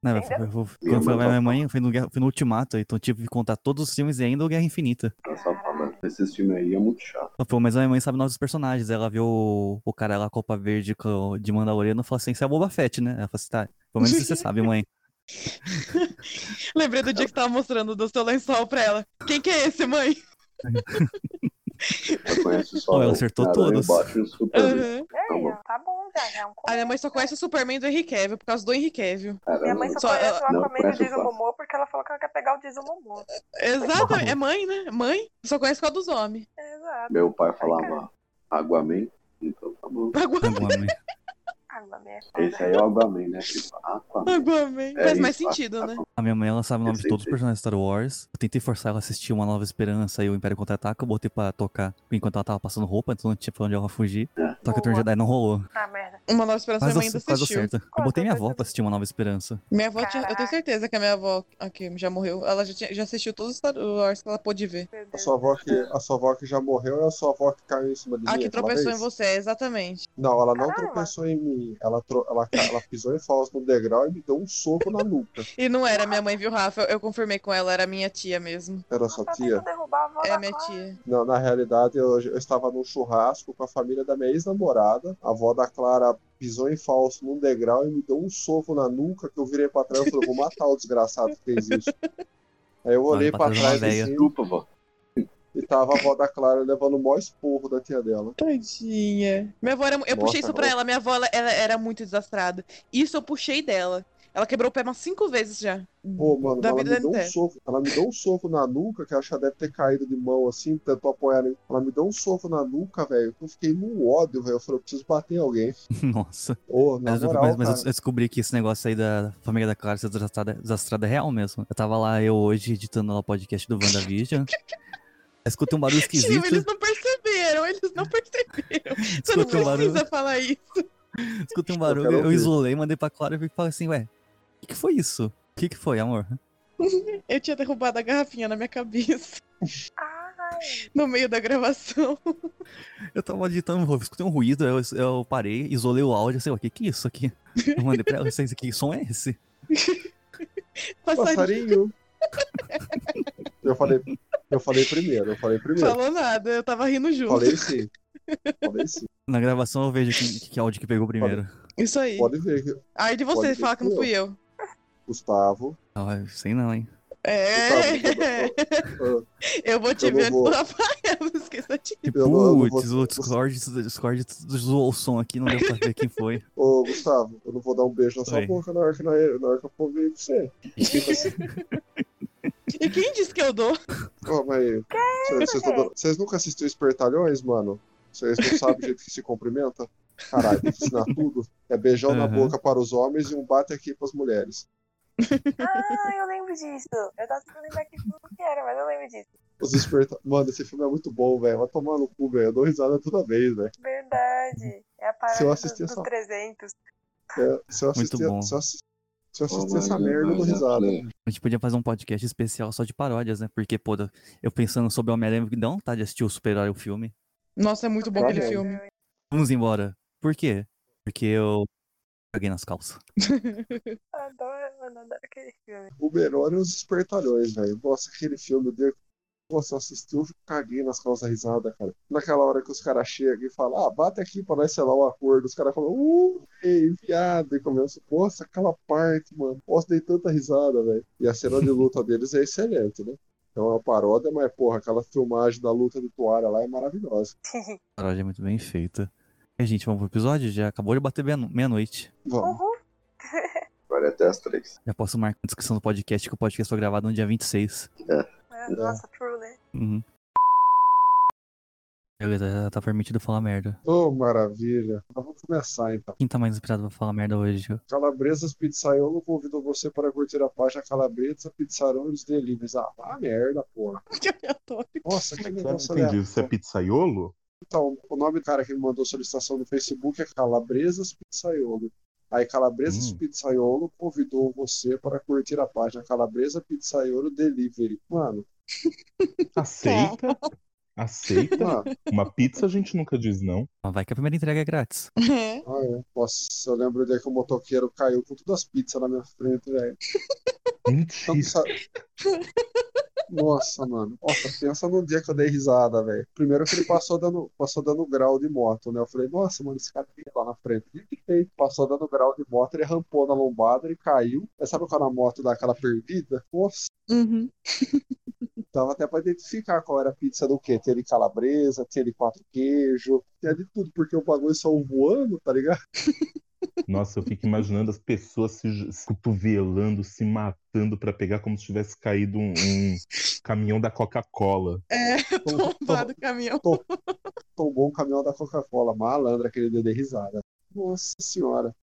Não, eu-
Entendeu?
eu- eu-
Minha
quando foi
mãe
minha
tá-
mãe, foi no, Guerra- foi no Ultimato, então eu tive que contar todos os filmes e ainda o Guerra Infinita.
tá só falando. Esse filme aí é muito chato.
Mas, Pelo menos a minha mãe sabe novos personagens. Ela viu o, o cara lá, Copa Verde co- de Mandaloriano, e falou assim: Você é o Boba Fett, né? Ela falou assim: Tá, pelo menos você sabe, mãe.
Lembrei do dia que você tava mostrando do seu lençol pra ela. Quem que é esse, mãe?
Eu conheço só
Ó, ela
o
acertou
Homem-Aranha,
todos.
o Batman e o Superman.
Aham.
E aí,
bom.
ó, tá bom já, já é um
A minha mãe só
começo.
conhece o Superman do Henrique Cavill, por causa do Henrique Cavill.
Caramba,
Minha mãe só,
Só-
conhece o
não,
Aquaman e o
conhece o
Jason
clássico.
Momoa porque ela falou que ela quer pegar o Jason Momoa.
Exatamente. É mãe, né? Mãe, só conhece qual dos homens.
Exato.
Meu pai falava Aguaman, então tá bom.
Agora,
Aquaman.
Aquaman é
Esse
foda.
aí é o Aguaman, né? Tipo, Aquaman.
Aquaman.
É
Faz mais
isso,
sentido, né?
A minha mãe, ela sabe o nome de
Esse
todos os
aí.
personagens de Star Wars. Eu tentei forçar ela a assistir Uma Nova Esperança e o Império Contra-Ataca. Eu botei pra tocar enquanto ela tava passando roupa, então não tinha pra onde ela fugir.
É.
Só que o
Boa.
Turno Jedi não rolou.
Ah, merda.
Uma Nova Esperança minha
Quase,
mãe ainda
ac- quase
assistiu.
acerta. Eu
Quase
botei minha avó
acertou.
pra assistir Uma Nova Esperança.
Minha avó tinha, eu tenho
Caraca.
certeza que a minha avó aqui já morreu. Ela já, tinha- já assistiu todos os Star Wars que ela pôde ver.
Meu
A
Deus.
sua, avó que, a sua avó que já morreu é a sua avó que caiu em cima de mim
A Ah, que
aquela
tropeçou em
vez?
você, Ah, exatamente.
Não, ela não
Caramba.
tropeçou em mim. Ela, tro- ela, ca- ela pisou em falso no degrau e me deu um soco na nuca.
E não era minha mãe, viu, Rafa? Eu, eu confirmei com ela, era minha tia mesmo.
Era sua
Tá
tia?
tentando derrubar a avó
É
da
minha
Clara.
tia.
Não, na realidade, eu, eu estava num churrasco com a família da minha ex-namorada. A avó da Clara pisou em falso num degrau e me deu um soco na nuca que eu virei pra trás e falei, vou matar o desgraçado que fez isso. Aí eu olhei
pra
pra
trás é
trás
uma véia.
assim,
Desculpa, vó.
e tava a avó da Clara levando o maior esporro da tia dela.
Tadinha. Minha avó era. mu- Eu
Nossa,
puxei isso pra
Rafa.
ela. Minha avó ela, ela era muito desastrada. Isso eu puxei dela. Ela quebrou o pé umas cinco vezes já.
Pô, mano,
Da
ela
vida
me deu um
inteira.
soco. Ela me deu um soco na nuca, que eu acho que ela deve ter caído de mão assim, tentou apoiar ele. Ela me deu um soco na nuca, velho, que eu fiquei num ódio, velho. Eu falei, eu preciso bater em alguém.
Nossa.
Ô, na
Mas, eu-
moral,
mas- assim, mas eu-
cara.
eu descobri que esse negócio aí da família da Clara ser desastrada, desastrada é real mesmo. Eu tava lá eu hoje editando lá o podcast do WandaVision. Eu escutei um barulho
Tio,
esquisito.
eles não perceberam. Eles não perceberam. Você não
Escuta o barulho.
precisa falar isso.
Escutei um
Eu
barulho,
quero
eu
ouvir.
isolei, mandei pra Clara e falei assim, ué, o que, que foi isso? O que, que foi, amor?
Eu tinha derrubado a garrafinha na minha cabeça.
Ai,
No meio da gravação.
Eu tava editando, eu escutei um ruído, eu, eu parei, isolei o áudio, sei lá, o que, que é isso aqui? Eu mandei pra ela, "Isso- que som é esse?
Passarinho
Passarinho. eu falei, eu falei primeiro, eu falei
não
primeiro.
falou nada. Eu tava rindo junto.
Falei sim. Falei sim.
Na gravação eu vejo que, que áudio que pegou primeiro.
Isso aí.
Pode ver, que
Aí de você
pode
falar
ver
que não
que
fui eu.
Gustavo.
Ah, eu sei não, hein.
É.
Gustavo, eu, eu-
Eu vou te
Eu não
ver antes do
vou.
Rafael. Esqueça disso.
E,
Eu não- eu não vou-
Putz, o Discord, o Discord zoou o som aqui, não deu pra ver quem foi.
ô, Gustavo, eu não vou dar um beijo na sua
Oi.
boca na hora que, na, na hora que eu for ver você. tipo assim.
E quem disse que eu dou?
tá Pô, mas. Vocês, vocês não- vocês nunca assistiram Espertalhões, mano? Vocês não sabem o jeito que se cumprimenta? Caralho, tem que ensinar tudo. É beijão na
Aham.
boca para os homens e um bate aqui para as mulheres.
Ah, eu lembro disso. Eu tava tentando lembrar que filme que era, mas eu lembro disso.
Os desperta... Mano, esse filme é muito bom, velho. Vai tomar no cu, velho. Eu dou risada toda vez, velho.
Verdade. É a parada
Se eu
do-
assistir
dos
essa-
300.
É, se eu assistir,
Muito bom.
se eu assi- se eu assistir
Ô,
essa
mano,
merda, eu dou
mas
risada.
falei,
A gente podia fazer um podcast especial só de paródias, né? Porque, pô, eu pensando sobre Homem-Aranha, dá vontade de assistir o super-herói o filme.
Nossa, é muito bom aquele
Claro.
filme.
Vamos embora. Por quê? Porque eu caguei nas calças.
Adoro, mano, adoro aquele filme.
O melhor é os espertalhões, velho. Nossa, aquele filme dele. Nossa, eu assisti, eu caguei nas calças da risada, cara. Naquela hora que os caras chegam e falam, ah, bate aqui pra nós selar o acordo. Os caras falam, uh, ei, viado. E começa, nossa, aquela parte, mano. Nossa, dei tanta risada, velho. E a cena de luta deles é excelente, né? É uma paródia, mas, porra, aquela filmagem da luta de toalha lá é maravilhosa.
A paródia é muito bem feita. E, gente, vamos pro episódio? Já acabou de bater meia- meia-noite.
Vamos.
Uhul.
Agora é até as três.
Já posso marcar na descrição do podcast que o podcast foi gravado no dia 26.
é.
Ah, Nossa, true, né?
Uhum. Beleza, já tá permitido falar merda.
Oh, maravilha. Mas vamos começar, então.
Quem tá mais inspirado pra falar merda hoje?
Calabresas Pizzaiolo convido você para curtir a página Calabresa Pizzarolos Deliveries. Ah, vá merda, porra.
Que é aleatório.
Nossa, que
Eu não
negócio
entendi. Você é
aleatório.
pizzaiolo?
Então, o nome do cara que me mandou solicitação no Facebook é Calabresas Pizzaiolo. Aí Calabresas
Hum.
Pizzaiolo convidou você para curtir a página Calabresa Pizzaiolo Delivery. Mano,
Aceita? Aceita?
É. mano,
Uma pizza a gente nunca diz não.
Mas vai que a primeira entrega é grátis.
É.
ah, é. nossa, eu lembro daí que o motoqueiro caiu com todas as pizzas na minha frente, velho. Então,
Mentira.
sa- Nossa, mano. Nossa, pensa no dia que eu dei risada, velho. Primeiro que ele passou dando, passou dando grau de moto, né? Eu falei, nossa, mano, esse cara veio lá na frente. O que que fez? Passou dando grau de moto, ele rampou na lombada, ele caiu. Mas sabe quando a moto dá aquela perdida? Nossa,
Uhum.
dava até pra identificar qual era a pizza do quê? Tinha ele calabresa, tinha ele quatro queijo, tinha de tudo, porque o bagulho saiu voando, tá ligado?
Nossa, eu fico imaginando as pessoas se, ju- se cotovelando, se matando pra pegar como se tivesse caído um, um caminhão da Coca-Cola.
É,
Tom-
tombado o caminhão.
tombou um caminhão da Coca-Cola. Malandra, aquele deu de risada. Nossa senhora.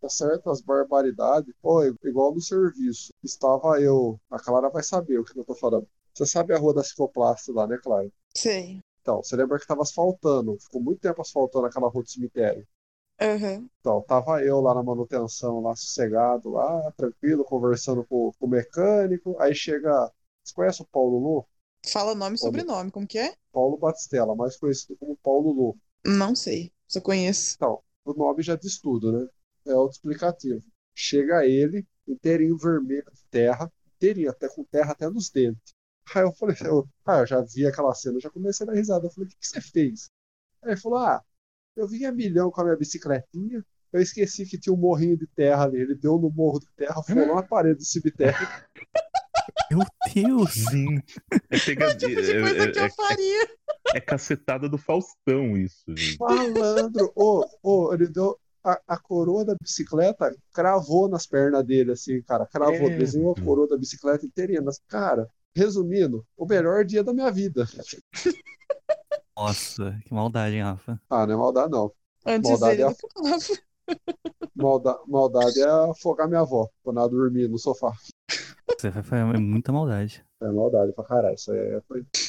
Tá certo, as barbaridades. Ó, i- igual no serviço. Estava eu. A Clara vai saber o que eu tô falando. Você sabe a rua da cicloplasta lá, né, Clara?
Sei.
Então, você lembra que tava asfaltando. Ficou muito tempo asfaltando aquela rua do cemitério.
Aham.
Então, tava eu lá na manutenção, lá sossegado, lá, tranquilo, conversando com, com o mecânico. Aí chega. Você conhece o Paulo Lu?
Fala nome e sobrenome, como que é?
Paulo Batistella, mais conhecido como Paulo Lu.
Não sei. Só conheço.
o nome já diz tudo, né? É autoexplicativo. Chega ele, inteirinho vermelho de terra, inteirinho, até com terra até nos dentes. Aí eu falei, eu, ah, eu já vi aquela cena, eu já comecei a dar risada. Eu falei, o que, que você fez? Aí ele falou, ah, eu vim a milhão com a minha bicicletinha, eu esqueci que tinha um morrinho de terra ali. Ele deu no morro de terra, foi na parede do cemitério.
Meu Deus!
Gente, é pegadinha.
Tipo de
É,
coisa que
é-
eu faria.
é- é cacetada do Faustão isso, gente.
Malandro, ô, ô, ele deu. A, a coroa da bicicleta cravou nas pernas dele, assim, cara. Cravou,
É.
desenhou a coroa da bicicleta inteirinha. Nas... Cara, resumindo, o melhor dia da minha vida.
Nossa, que maldade, hein, Rafa?
Ah, não é maldade, não.
Antes
Maldade
dele
é
do que o Rafa.
Malda... Maldade é afogar minha avó quando ela dormir no sofá.
Você vai fazer muita maldade.
É maldade pra caralho. Isso é...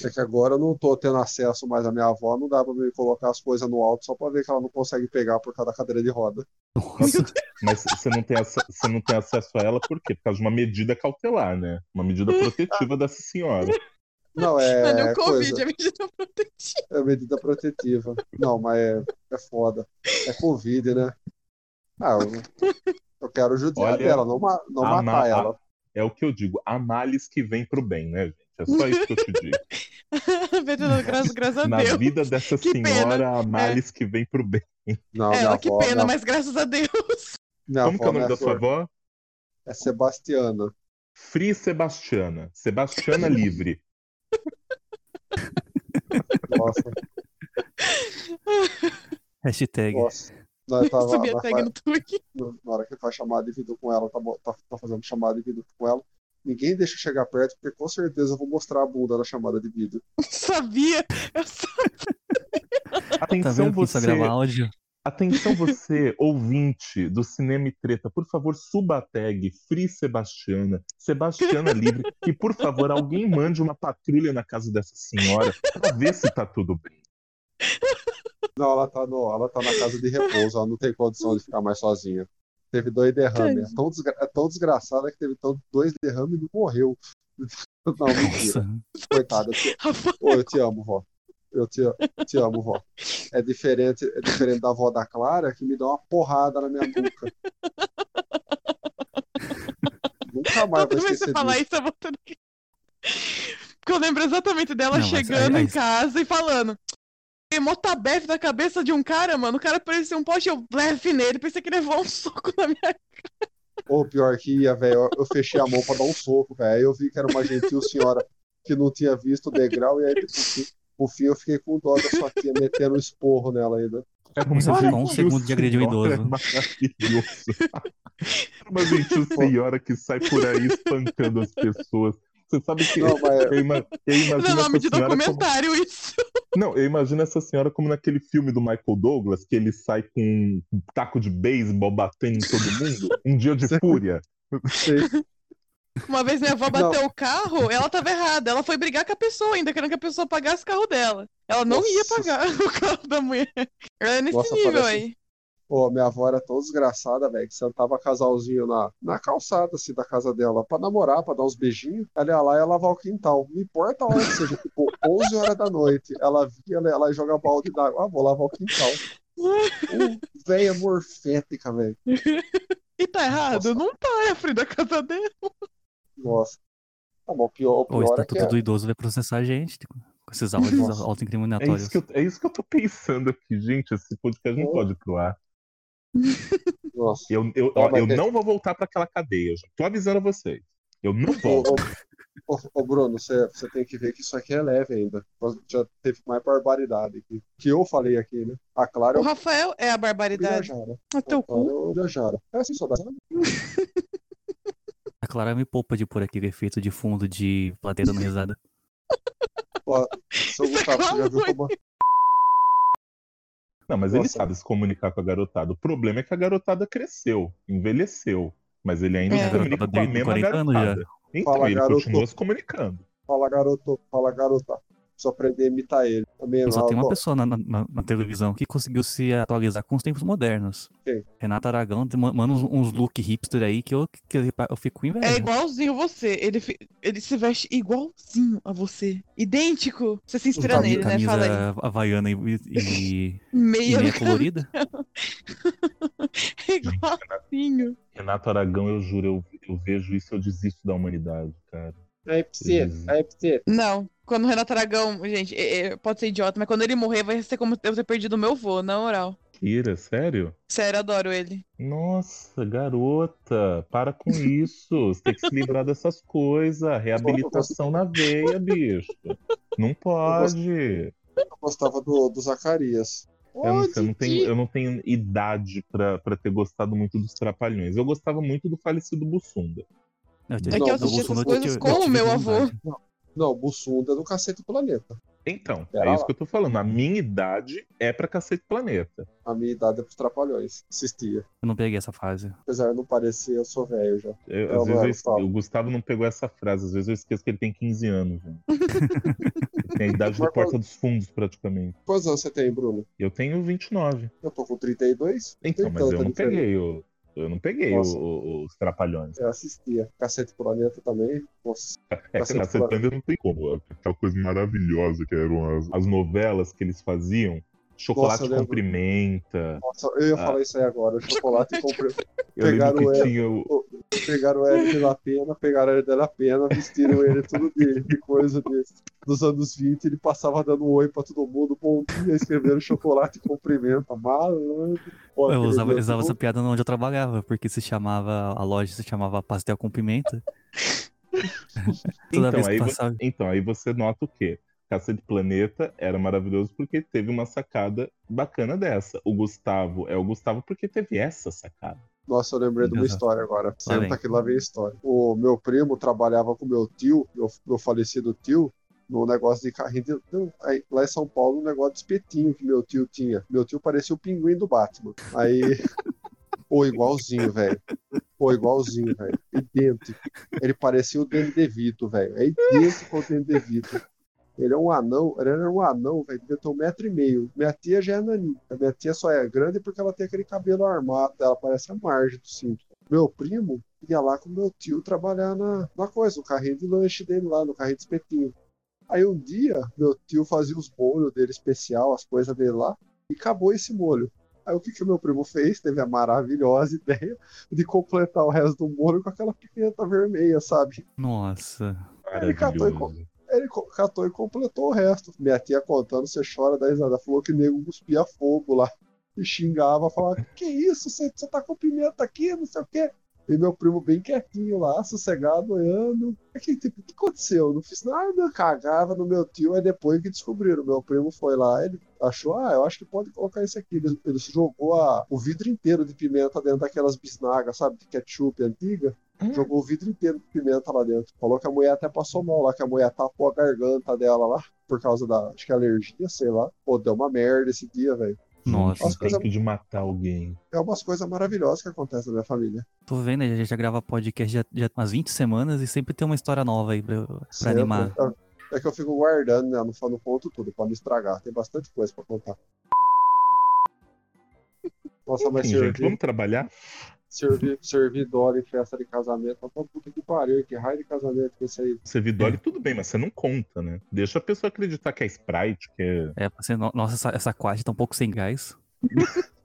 é que agora eu não tô tendo acesso mais à minha avó, não dá pra me colocar as coisas no alto só pra ver que ela não consegue pegar por causa da cadeira de roda.
Nossa,
Mas você não, tem essa- você não tem acesso a ela por quê? Por causa de uma medida cautelar, né? Uma medida protetiva dessa senhora.
Não,
Não é nem
é,
o Covid,
coisa.
é medida protetiva.
É medida protetiva. Não, mas é, é foda. É Covid, né? Ah, eu, eu quero judiar
Olha,
dela, não, ma- não
a ma-
matar
a-
ela.
É o que eu digo, há males que vem pro bem, né, gente? É só isso que eu te digo.
Medida, graças, graças a
Na
Deus.
vida dessa
Que pena. É.
senhora, há males que vem pro bem.
Não, minha
Ela, É, que
avó, né?
pena,
minha,
mas graças a Deus.
minha
Como que é
avó
o
não
nome
é
da sua
flor.
avó?
É Sebastiana.
Fri Sebastiana. Sebastiana Livre.
Nossa,
hashtag. Tá
nossa. Nós tava,
Subi a
nós
tag no Twitter.
fa- na hora que faz chamada de vídeo com ela, tá, bo- tá- tá fazendo chamada de vídeo com ela. Ninguém deixa eu chegar perto, porque com certeza eu vou mostrar a bunda na chamada de vídeo.
Sabia. Eu sabia.
Tá
Atenção,
vendo que só
você.
grava áudio?
Atenção você, ouvinte do Cinema e Treta, por favor, suba a tag Free Sebastiana, Sebastiana Livre, e por favor, alguém mande uma patrulha na casa dessa senhora pra ver se tá tudo bem.
Não, ela tá, no, ela tá na casa de repouso, ela não tem condição de ficar mais sozinha. Teve dois derrames. É tão, desgra- é tão desgraçada que teve tão- dois derrames e não morreu. Não, mentira.
Nossa.
Coitada. Eu te- Ô, eu te amo, vó. Eu te, te amo, vó. É diferente, é diferente da vó da Clara que me dá uma porrada na minha boca. Nunca mais
Toda
vou
vez que
esquecer
você falar
disso.
isso, eu vou tendo que. Porque eu lembro exatamente dela
Não, mas
chegando
aí-
em
aí-
casa e falando. Tem motabef na cabeça de um cara, mano. O cara parecia um poste, eu leve nele, pensei que ele levou um soco na minha.
Ou pior que ia, velho. Eu fechei a mão pra dar um soco, velho. Aí eu vi que era uma gentil senhora que não tinha visto o degrau, e aí, por fim, por fim eu fiquei com dó da sua tia metendo um esporro nela ainda.
Era
Você
uma
ficou um
gentil
segundo de agredir um
senhora é
idoso.
Maravilhoso. Era Uma gentil senhora que sai por aí espancando as pessoas. Você sabe que
Não, mas
eu, ima- eu imagino
Não é
essa
nome de
senhora como-
documentário isso.
Não, eu imagino essa senhora como naquele filme do Michael Douglas, que ele sai com um taco de beisebol batendo em todo mundo. Um dia de
Você-
fúria.
Uma vez minha avó bateu o carro, ela tava errada. Ela foi brigar com a pessoa ainda, querendo que a pessoa pagasse o carro dela. Ela não ia
Nossa.
pagar o carro da mulher. É nesse
Nossa,
nível
parece-
aí.
Pô, minha avó era tão desgraçada, velho, que sentava casalzinho na, na calçada, assim, da casa dela, pra namorar, pra dar uns beijinhos. Ela ia lá e ia lavar o quintal. Não importa a hora que seja, tipo, 11 horas da noite. Ela via, né, ela, ela joga balde d'água. Ah, vou lavar o quintal. Uh, véia morfética, velho.
E tá errado?
Nossa.
Não tá, é a Frida casa dela.
Nossa. Tá bom, o pior, o
O
pior é que
Estatuto
é.
do Idoso vai processar a gente com esses áudios
Nossa.
É isso,
autoincriminatórios.
que eu, é isso que eu tô pensando aqui, gente. Esse podcast não
Oh.
pode ir pro ar.
Nossa.
Eu, eu,
Não,
ó,
mas
eu
é-
não vou voltar pra aquela cadeia. eu Já tô avisando a vocês. Eu não
Ô,
volto.
ô, ô, ô, Bruno, você, você tem que ver que isso aqui é leve ainda. Já teve mais barbaridade aqui. Que eu falei aqui, né? A Clara
O
eu
Rafael é a barbaridade.
viajara.
Ah, teu
A Clara
cu.
eu viajara. É assim, só dá.
A Clara me poupa de pôr aquele efeito de fundo de plateia dando risada.
Seu Gustavo, você já viu como.
Não, mas ele
Nossa.
sabe se comunicar com a garotada. O problema é que a garotada cresceu, envelheceu. Mas ele ainda
É.
se
A
comunica
garotada
com a
de
mesma
40 anos já.
garotada. Então,
Fala,
ele
garoto.
continua se comunicando.
Fala garoto, fala garota. Só aprender a imitar ele. Também
Só
lá,
tem uma
ó,
pessoa na, na- na televisão que conseguiu se atualizar com os tempos modernos.
Quem?
Renata Aragão te- ma- manda uns, uns look hipster aí que eu, que eu, eu fico com inveja.
É igualzinho você. Ele, fi- ele se veste igualzinho a você. Idêntico. Você se inspira
Tá,
nele, né?
Camisa
Fala aí.
havaiana e, e, e
Meia,
meia colorida.
igualzinho.
Renato Aragão, eu juro, eu, eu vejo isso, eu desisto da humanidade, cara.
Aí pra você, aí pra você.
Não. Quando o Renato Aragão, gente, é- é- pode ser idiota, mas quando ele morrer vai ser como eu ter perdido meu vô, na moral.
Kira, sério?
Sério, eu adoro ele.
Nossa, garota, para com isso. Você tem que se livrar dessas coisas. Reabilitação na veia, bicho. Não pode.
Eu gostava do, do Zacarias.
Eu não,
Ô,
sei, eu não
Didi.
tenho, eu não tenho idade pra pra ter gostado muito dos Trapalhões. Eu gostava muito do falecido Bussunda.
É
É que eu assisti essas coisas com o meu avô.
Não, Bussunda é do Cacete do Planeta.
Então,
Pera
é
lá.
isso que eu tô falando. A minha idade é pra Cacete Planeta.
A minha idade é pros Trapalhões. Assistia.
Eu não peguei essa fase.
Apesar de não parecer, eu sou velho já.
Eu-
Não,
às vezes eu
não,
es-
Então fala.
o Gustavo não pegou essa frase, às vezes eu esqueço que ele tem 15 anos. gente. Ele tem a idade da
Marco-
Porta dos Fundos, praticamente.
Quantos anos você tem, Bruno?
Eu tenho 29.
Eu tô com 32?
Então, mas eu
tanta
não
diferença.
peguei o. Eu não peguei o-
tá Nossa.
o- os Trapalhões.
Eu assistia. Cacete do Planeta também. Nossa.
É,
Cacete
Cacete
Planeta.
Planeta não tem como. Aquela coisa maravilhosa que eram as, as novelas que eles faziam. Chocolate
Nossa, eu
com
lembro.
pimenta.
Nossa, eu ia
Ah.
falar isso aí agora. Chocolate comprei.
Eu lembro
Pegaram
que
ela.
tinha o.
Pegaram o L da pena, pegaram ele da pena, vestiram ele tudo de, de coisa de- dos anos 20. Ele passava dando um oi pra todo mundo, bom dia, escrevendo chocolate e cumprimenta, malandro. Pô,
Eu
aquele
usava,
meu
eu usava
tudo-
essa piada onde eu trabalhava, porque se chamava, a loja se chamava Pastel com Pimenta. Toda
Então
vez que
aí, vo-
passava.
então, aí você nota o quê? Cacete Planeta era maravilhoso porque teve uma sacada bacana dessa. O Gustavo é o Gustavo porque teve essa sacada.
Nossa, eu lembrei de uma
Exato.
história agora. Senta
vem.
aqui, lá vem a história. O meu primo trabalhava com meu tio, meu, meu falecido tio, no negócio de carrinho. de- não, aí, lá em São Paulo, um negócio de espetinho que meu tio tinha. Meu tio parecia o pinguim do Batman. Aí. Pô, igualzinho, velho. Pô, igualzinho, velho. Idêntico. Ele parecia o Danny DeVito, velho. É idêntico ao Danny DeVito. Ele é um anão, ele era um anão, velho, devia ter um metro e meio. Minha tia já é naninha. A minha tia só é grande porque ela tem aquele cabelo armado, ela parece a margem do cinto. Meu primo ia lá com meu tio trabalhar na, na coisa, no carrinho de lanche dele lá, no carrinho de espetinho. Aí um dia, meu tio fazia os molhos dele especial, as coisas dele lá, e acabou esse molho. Aí o que que o meu primo fez? Teve a maravilhosa ideia de completar o resto do molho com aquela pimenta vermelha, sabe?
Nossa.
Ele catou e co-
Maravilhoso.
Ele co- catou e completou o resto. Minha tia contando, você chora da risada. Falou que nego cuspia fogo lá. E xingava, falava, que isso, você você tá com pimenta aqui, não sei o quê. E meu primo bem quietinho lá, sossegado, olhando. É que, tipo, o que aconteceu? Eu Não fiz nada. Cagava no meu tio, aí depois que descobriram. Meu primo foi lá, ele achou, ah, eu acho que pode colocar isso aqui. Ele, ele jogou a- o vidro inteiro de pimenta dentro daquelas bisnagas, sabe, de ketchup antiga. Jogou o vidro inteiro de pimenta lá dentro. Falou que a mulher até passou mal lá, que a mulher tapou a garganta dela lá, por causa da, acho que alergia, sei lá. Pô, deu uma merda esse dia, velho.
Nossa.
Hum, Nossa,
coisa-
tem que de matar alguém.
É umas coisas maravilhosas que acontecem na minha família.
Tô vendo, a gente já grava podcast já, já umas 20 semanas e sempre tem uma história nova aí pra, pra
Sempre.
animar.
É, é que eu fico guardando, né? Não, falo- não conto tudo, pra não estragar. Tem bastante coisa pra contar. Nossa, mas
Enfim, gente,
servir,
vamos trabalhar?
servir, servir dólar em festa de casamento, ó, puta que pariu, que raio de casamento que esse aí.
É.
Servidor, tudo bem, mas você não conta, né? Deixa a pessoa acreditar que é Sprite, que é
É, pra ser, no- nossa, essa, essa quad tá um pouco sem gás.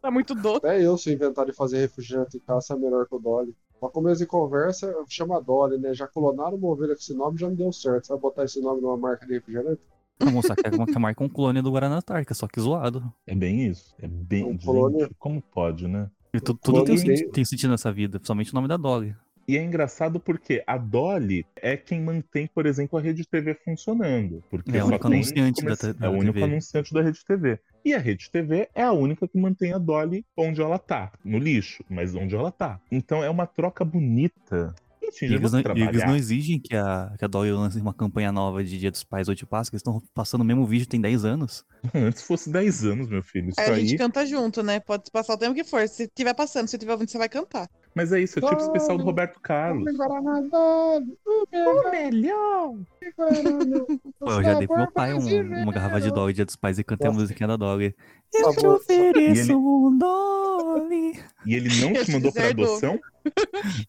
Tá muito doce.
Até eu, se inventar de fazer refrigerante em casa, é melhor que o Dolly. Pra começo de conversa, chama a Dolly, né? Já clonaram uma ovelha com esse nome, já não deu certo. Você vai botar esse nome numa marca de refrigerante?
Vamos mostrar que é uma que marca um clone do Guaraná Antártica, só que zoado.
É bem isso. É bem.
Um
gente,
colônia.
como pode, né?
E tu- tudo
clone
tem,
dele.
senti- tem sentido nessa vida, principalmente o nome da Dolly.
E é engraçado porque a Dolly é quem mantém, por exemplo, a Rede TV funcionando. Porque
É,
só
o único
tem
anunciante da
comerci-
te- da
É o único
TV.
anunciante da Rede TV. E a Rede TV é a única que mantém a Dolly onde ela tá. No lixo, mas onde ela tá. Então é uma troca bonita. Enfim,
E
já
eles,
vamos
não, e
trabalhar.
eles não exigem que a, que a Dolly lance uma campanha nova de Dia dos Pais ou de Páscoa, eles estão passando o mesmo vídeo tem 10 anos.
Antes fosse 10 anos, meu filho. Isso
Aí É, a
aí.
gente canta junto, né? Pode passar o tempo que for. Se tiver passando, se tiver ouvindo, você vai cantar.
Mas é isso, é tipo especial do Roberto
Ah,
Carlos.
Homem Guaraná, Dolly! Homem
Melhor!
Guaraná!
Pô, eu já dei pro meu pai um- uma garrafa de Dolly Dia dos Pais e cantei a
é né? Nossa. Tá
musiquinha da Dolly.
Só
Eu te
vou-
E
ofereço
ele-
um Dolly.
E ele não
Eu
te
te
mandou pra
deserdou.
adoção?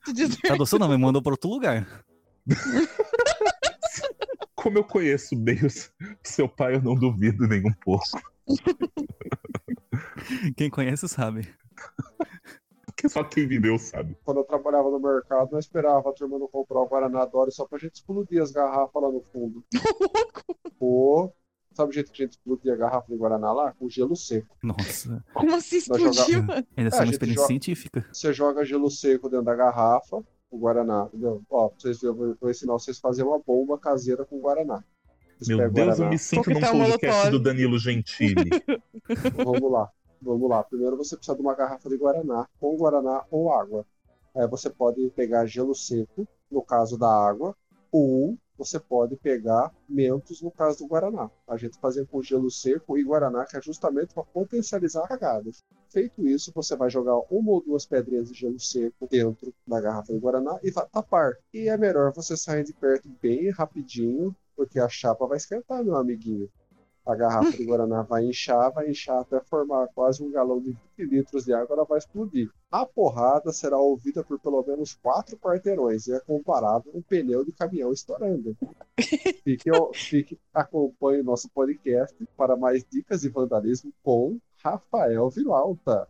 Te dizer
Tá adoção não, me mandou pra outro lugar.
Como eu conheço bem o s- seu pai, eu não duvido nem um pouco.
Quem conhece sabe.
que só quem viveu sabe.
Quando eu trabalhava no mercado, eu esperava a turma não comprar o Guaraná Dolly só pra gente explodir as garrafas lá no fundo.
louco.
Pô, sabe o jeito que a gente explodia a garrafa de Guaraná lá? Com gelo seco.
Nossa,
Como assim
Vai jogar-
explodiu? mano?
ainda
É,
é
a
uma
gente
experiência
joga-
científica.
Você joga gelo seco dentro da garrafa, o Guaraná, entendeu? Ó, pra vocês verem, eu vou- vou ensinar vocês a fazer uma bomba caseira com Guaraná. Vocês
Meu
pegam o
Deus, eu
Guaraná.
me sinto num
Coquetel
podcast
Molotov.
do Danilo Gentili.
Vamos lá, vamos lá. Primeiro você precisa de uma garrafa de Guaraná, ou Guaraná ou água. Aí você pode pegar gelo seco, no caso da água, ou você pode pegar mentos, no caso do Guaraná. A gente fazia com gelo seco e Guaraná, que é justamente para potencializar a cagada. Feito isso, você vai jogar uma ou duas pedrinhas de gelo seco dentro da garrafa de Guaraná e vai tapar. E é melhor você sair de perto bem rapidinho, porque a chapa vai esquentar, meu amiguinho. A garrafa de Guaraná vai inchar, vai inchar até formar quase um galão de 20 litros de água, ela vai explodir. A porrada será ouvida por pelo menos quatro quarteirões e é comparável a um pneu de caminhão estourando. Fique, fique, acompanhe o nosso podcast para mais dicas de vandalismo com Rafael Vilauta.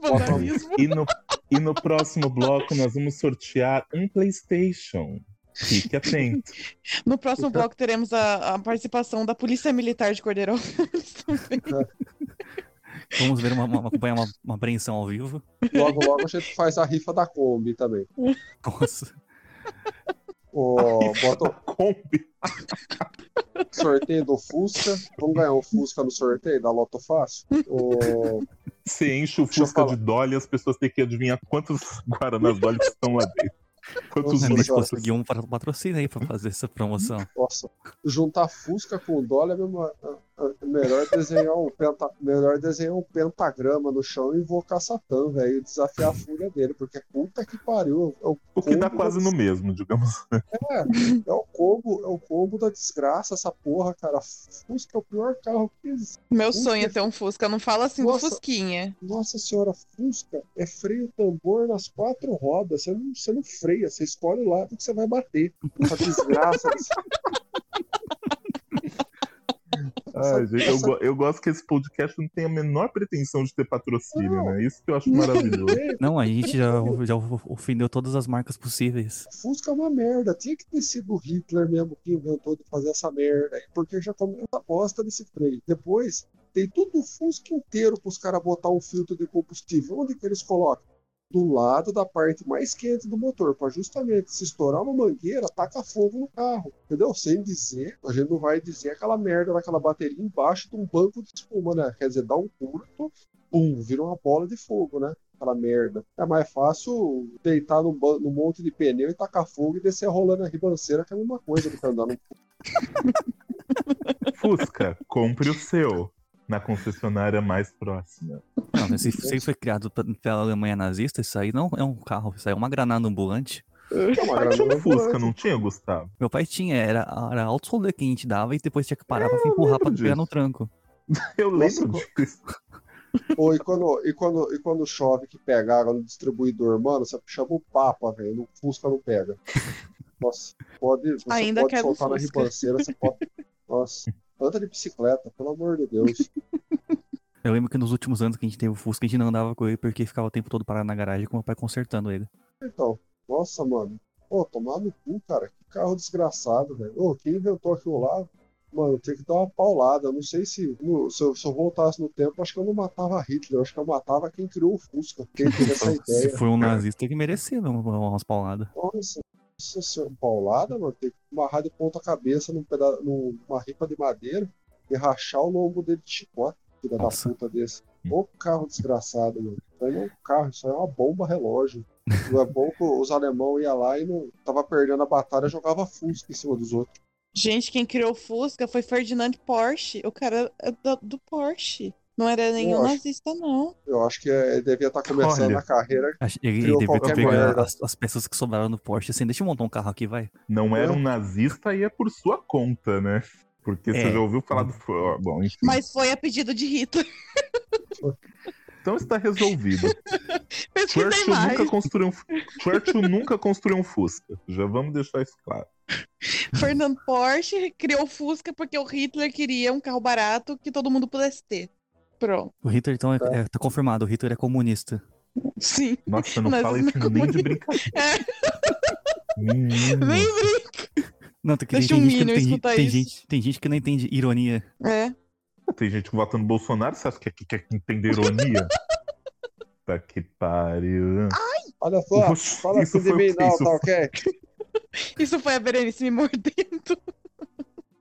Vandalismo.
e, no, e no próximo bloco nós vamos sortear um PlayStation. Fique atento.
No próximo bloco teremos a, a participação da Polícia Militar de Cordeirão.
Vamos ver uma, uma, uma, acompanhar uma, uma apreensão ao vivo.
Logo, logo a gente faz a rifa da Kombi também.
Nossa.
O, bota
Kombi.
o sorteio do Fusca. Vamos ganhar um Fusca no sorteio da Loto Fácil? O,
Você enche o
Deixa eu
Fusca
falar.
de Dolly e as pessoas têm que adivinhar quantos Guaranás Dolly que estão lá dentro. Quantos
Nossa,
A gente
anos?
Senhora.
conseguiu um patro- patrocínio aí pra fazer essa promoção.
Nossa, juntar Fusca com dólar é mesmo, é- é melhor, desenhar um penta- melhor desenhar um pentagrama no chão e invocar Satã, velho, e desafiar a fúria dele, porque puta que pariu, é o,
O que dá
combo
quase
da-
no mesmo, digamos.
É, é o combo, é o combo da desgraça essa porra, cara. Fusca é o pior carro que existe.
Meu
Fusca.
sonho é ter um Fusca. Não fala assim
Nossa.
do Fusquinha.
Nossa senhora, Fusca é freio tambor nas quatro rodas, você não, você não freia, você escolhe lá o que você vai bater. Essa desgraça desse
Ai, gente, eu,
essa-
go- eu gosto que esse podcast não tem a menor pretensão de ter patrocínio,
Não.
né? Isso que eu acho maravilhoso.
freio.
Não, a gente já, já ofendeu todas as marcas possíveis.
Fusca é uma merda. Tinha que ter sido o Hitler mesmo que inventou de fazer essa merda. aí, Porque já começa a bosta desse freio. Depois, tem tudo o Fusca inteiro pros caras botar um filtro de combustível. Onde que eles colocam? Do lado da parte mais quente do motor, pra justamente se estourar uma mangueira, taca fogo no carro, entendeu? Sem dizer, a gente não vai dizer aquela merda daquela bateria embaixo de um banco de espuma, né? Quer dizer, dá um curto, pum, vira uma bola de fogo, né? aquela merda. É mais fácil deitar num, ban- num monte de pneu e tacar fogo e descer rolando a ribanceira, que é a mesma coisa do que andar num.
Fusca, compre o seu na concessionária mais próxima.
Não, mas se, se ele foi criado pe- pela Alemanha nazista, isso aí não é um carro, isso aí é uma granada ambulante.
É uma
Mas tinha
grana
um Fusca,
ambulante.
não tinha, Gustavo?
Meu pai tinha, era, era alto rolê que a gente dava e depois tinha que parar pra empurrar pra
É, lembro
pegar
disso.
no tranco.
Eu
Nossa,
lembro disso.
Ou e quando, e, quando, e quando chove que pega água no distribuidor, mano, você chama o Papa, velho. No Fusca não pega. Nossa, pode, você
Ainda
pode
quero
soltar na
Fusca.
ribanceira, você pode. Nossa, anda de bicicleta, pelo amor de Deus.
Eu lembro que nos últimos anos que a gente teve o Fusca, a gente não andava com ele porque ficava o tempo todo parado na garagem com o meu pai consertando ele.
Então, nossa, mano. Pô, tomar no cu, cara. Que carro desgraçado, velho. Ô, quem inventou aquilo lá? Mano, tem que dar uma paulada. Eu Não sei se, no- se, eu, se eu voltasse no tempo, acho que eu não matava Hitler. eu Acho que eu matava quem criou o Fusca. Quem teve
é
essa
Se
ideia.
for um nazista, ele merecia uma- umas pauladas.
Nossa, nossa senhora, paulada, mano. Tem que amarrar de ponta cabeça num peda numa ripa de madeira e rachar o lombo dele de chicote. Filha da
Nossa.
puta desse.
Hum.
Ô carro desgraçado, mano. Isso aí não é um carro, isso aí é uma bomba relógio. Não é bom que os alemão iam lá e não tava perdendo a batalha, jogava Fusca em cima dos outros.
Gente, quem criou o Fusca foi Ferdinand Porsche. O cara é do, do Porsche. Não era nenhum
acho.
nazista, não.
Eu acho que é, devia estar começando
Olha.
a carreira.
Acho- Ele, ele
Criou
devia
qualquer
ter pegado
merda.
as, as peças que sobraram no Porsche assim, deixa eu montar um carro aqui, vai.
Não era um nazista e é por sua conta, né? Porque
É.
você já ouviu falar do. Ó, Bom, enfim.
Mas foi a pedido de Hitler.
Então está resolvido.
Pesquisei
Churchill
mais.
nunca, construiu um... Churchill nunca construiu um Fusca. Já vamos deixar isso claro.
Fernando Porsche criou o Fusca porque o Hitler queria um carro barato que todo mundo pudesse ter. Pronto.
O Hitler, então, é- é- tá confirmado, o Hitler é comunista.
Sim.
Nossa, não
Mas
fala
não
isso nem de
comunica.
brincadeira.
É,
É.
Menino.
nem brinca.
Não, tem, tem,
Deixa um
tem
o
gente que não
Minion
tem, gente-
escutar
tem
isso.
gente, tem gente que não entende ironia.
É.
Tem gente que vota no Bolsonaro, você acha que aqui quer entender ironia? tá que pariu.
Olha só,
Oxe,
fala
isso
assim de
foi o
mim
quê?
não,
Isso
tá ok?
Isso foi a Berenice me mordendo.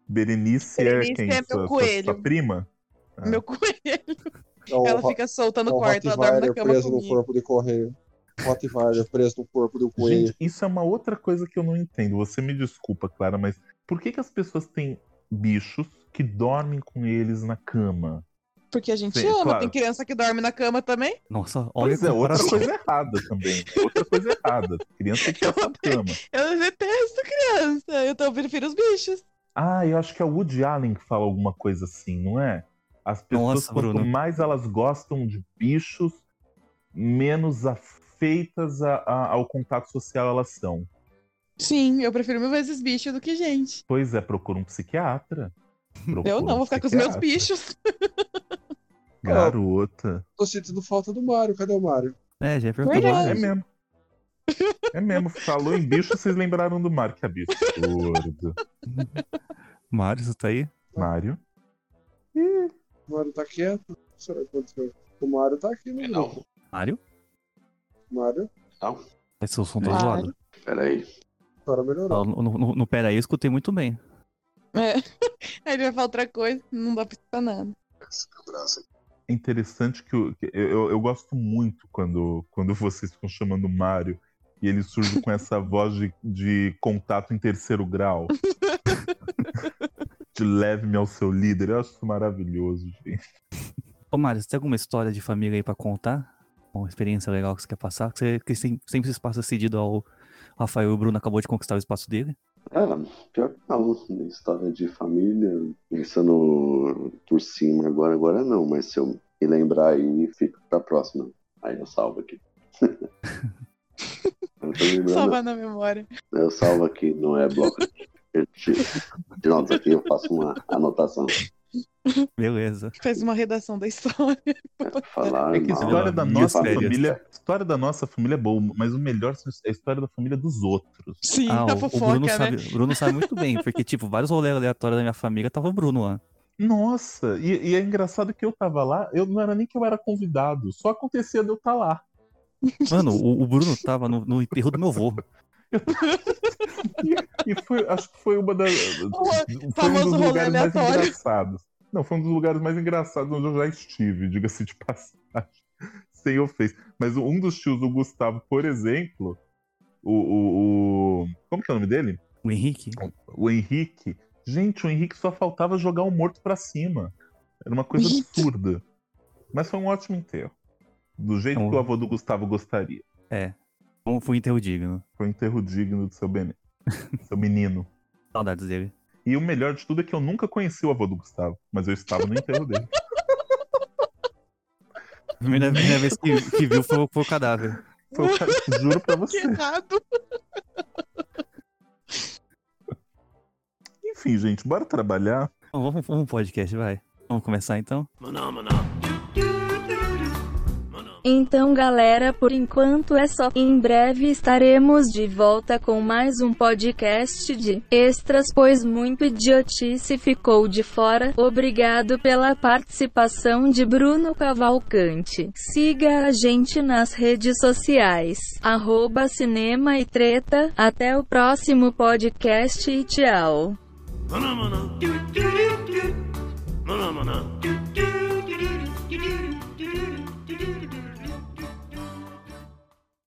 Berenice,
Berenice
é quem?
é meu
sua, sua-
coelho.
sua prima? Ah.
É.
Meu coelho.
Não,
Ela
É o,
fica solta
Ra-
no
o
quarto, ela dorme
Rottweiler
na cama
preso no
comigo.
corpo de correio. Rottweiler preso no corpo do coelho.
Gente, isso é uma outra coisa que eu não entendo. Você me desculpa, Clara, mas por que, que as pessoas têm bichos que dormem com eles na cama?
Porque a gente
Sim,
ama.
claro.
Tem criança que dorme na cama também.
Nossa, olha
Pois é,
a
outra
comparação.
coisa errada também. Outra coisa errada. Criança tem que
Eu
estar na
odeio.
cama.
Eu detesto criança. Eu, tô, eu prefiro os bichos.
Ah, eu acho que é o Woody Allen que fala alguma coisa assim, não é? As pessoas,
Nossa,
quanto
Bruno.
mais elas gostam de bichos, menos afeitas a- a- ao contato social elas são.
Sim, eu prefiro mil vezes bicho do que gente.
Pois é, procura um psiquiatra. Procura
Eu não,
um
vou ficar com os meus
psiquiatra.
bichos.
Garota.
Tô sentindo falta do Mario, cadê o Mario?
É, já ia perguntar.
Verdade.
É mesmo. É mesmo. Falou em bicho, vocês lembraram do Mário. Que absurdo.
Mário, você tá aí?
Mário.
O Mario tá quieto? O que será que aconteceu? O Mario tá aqui no
É, Não,
grupo.
Mário?
Mario,
Esse seu som tá
Mário.
zoado.
peraí.
agora
Ah,
melhorou.
No, no, no pera aí, eu escutei muito bem.
É. Aí ele vai falar outra coisa, não dá pra escutar nada.
É interessante que, o- que eu, eu, eu gosto muito quando, quando vocês ficam chamando o Mário E ele surge com essa voz de, de contato em terceiro grau. de leve-me ao seu líder. Eu acho isso maravilhoso, gente.
Ô, Mário, você tem alguma história de família aí pra contar? Uma experiência legal que você quer passar? Que, você, que sem- sempre o espaço é cedido ao Rafael e o Bruno acabou de conquistar o espaço dele.
Ah, pior que não. História de família, pensando por cima agora, agora não, mas se eu me lembrar aí, fica pra próxima. Aí eu salvo aqui. eu, tô lembrando,
Salva na memória.
eu salvo aqui, não é bloco de de notas aqui, eu faço uma anotação.
Beleza.
Faz uma redação da história.
Falar
É que
mal
História da
de
nossa
família.
família. História da nossa família é boa, mas o melhor é a história da família dos outros.
Sim,
Ah,
a
o, o
fofoca,
Bruno,
né?
sabe, o Bruno sabe muito bem, porque, tipo, vários rolês aleatórios da minha família tava o Bruno lá.
Nossa, e, e é engraçado que eu tava lá, eu não era nem que eu era convidado, só acontecia de eu estar lá.
Mano, o, o Bruno tava no, no enterro do meu avô.
E foi, acho que foi uma das. Foi um
famoso
dos
rolê
lugares mais
aleatório.
engraçados. Não, foi um dos lugares mais engraçados onde eu já estive, diga-se de passagem. Sem ofensa. Mas um dos tios, o Gustavo, por exemplo, o. o- o- Como que é o nome dele?
O Henrique.
O Henrique. Gente, o Henrique só faltava jogar o morto pra cima. Era uma coisa absurda. Mas foi um ótimo enterro. Do jeito
Então-
que o avô do Gustavo gostaria.
Como foi um enterro digno.
Foi um enterro digno do seu, bene... seu menino.
Saudades dele.
E o melhor de tudo é que eu nunca conheci o avô do Gustavo, mas eu estava no enterro dele.
A primeira, primeira vez que, que viu foi, o- foi o cadáver.
Foi o cara- juro pra
Que
você.
errado.
Enfim, gente, bora trabalhar.
Então, vamos, vamos pro podcast, vai. Vamos começar então?
Então, galera, por enquanto é só. Em breve estaremos de volta com mais um podcast de extras, pois muito idiotice ficou de fora. Obrigado pela participação de Bruno Cavalcante. Siga a gente nas redes sociais, arroba cinema e treta. Até o próximo podcast e tchau.
Manamana. Do do do do. Manamana. Do do do do do do do.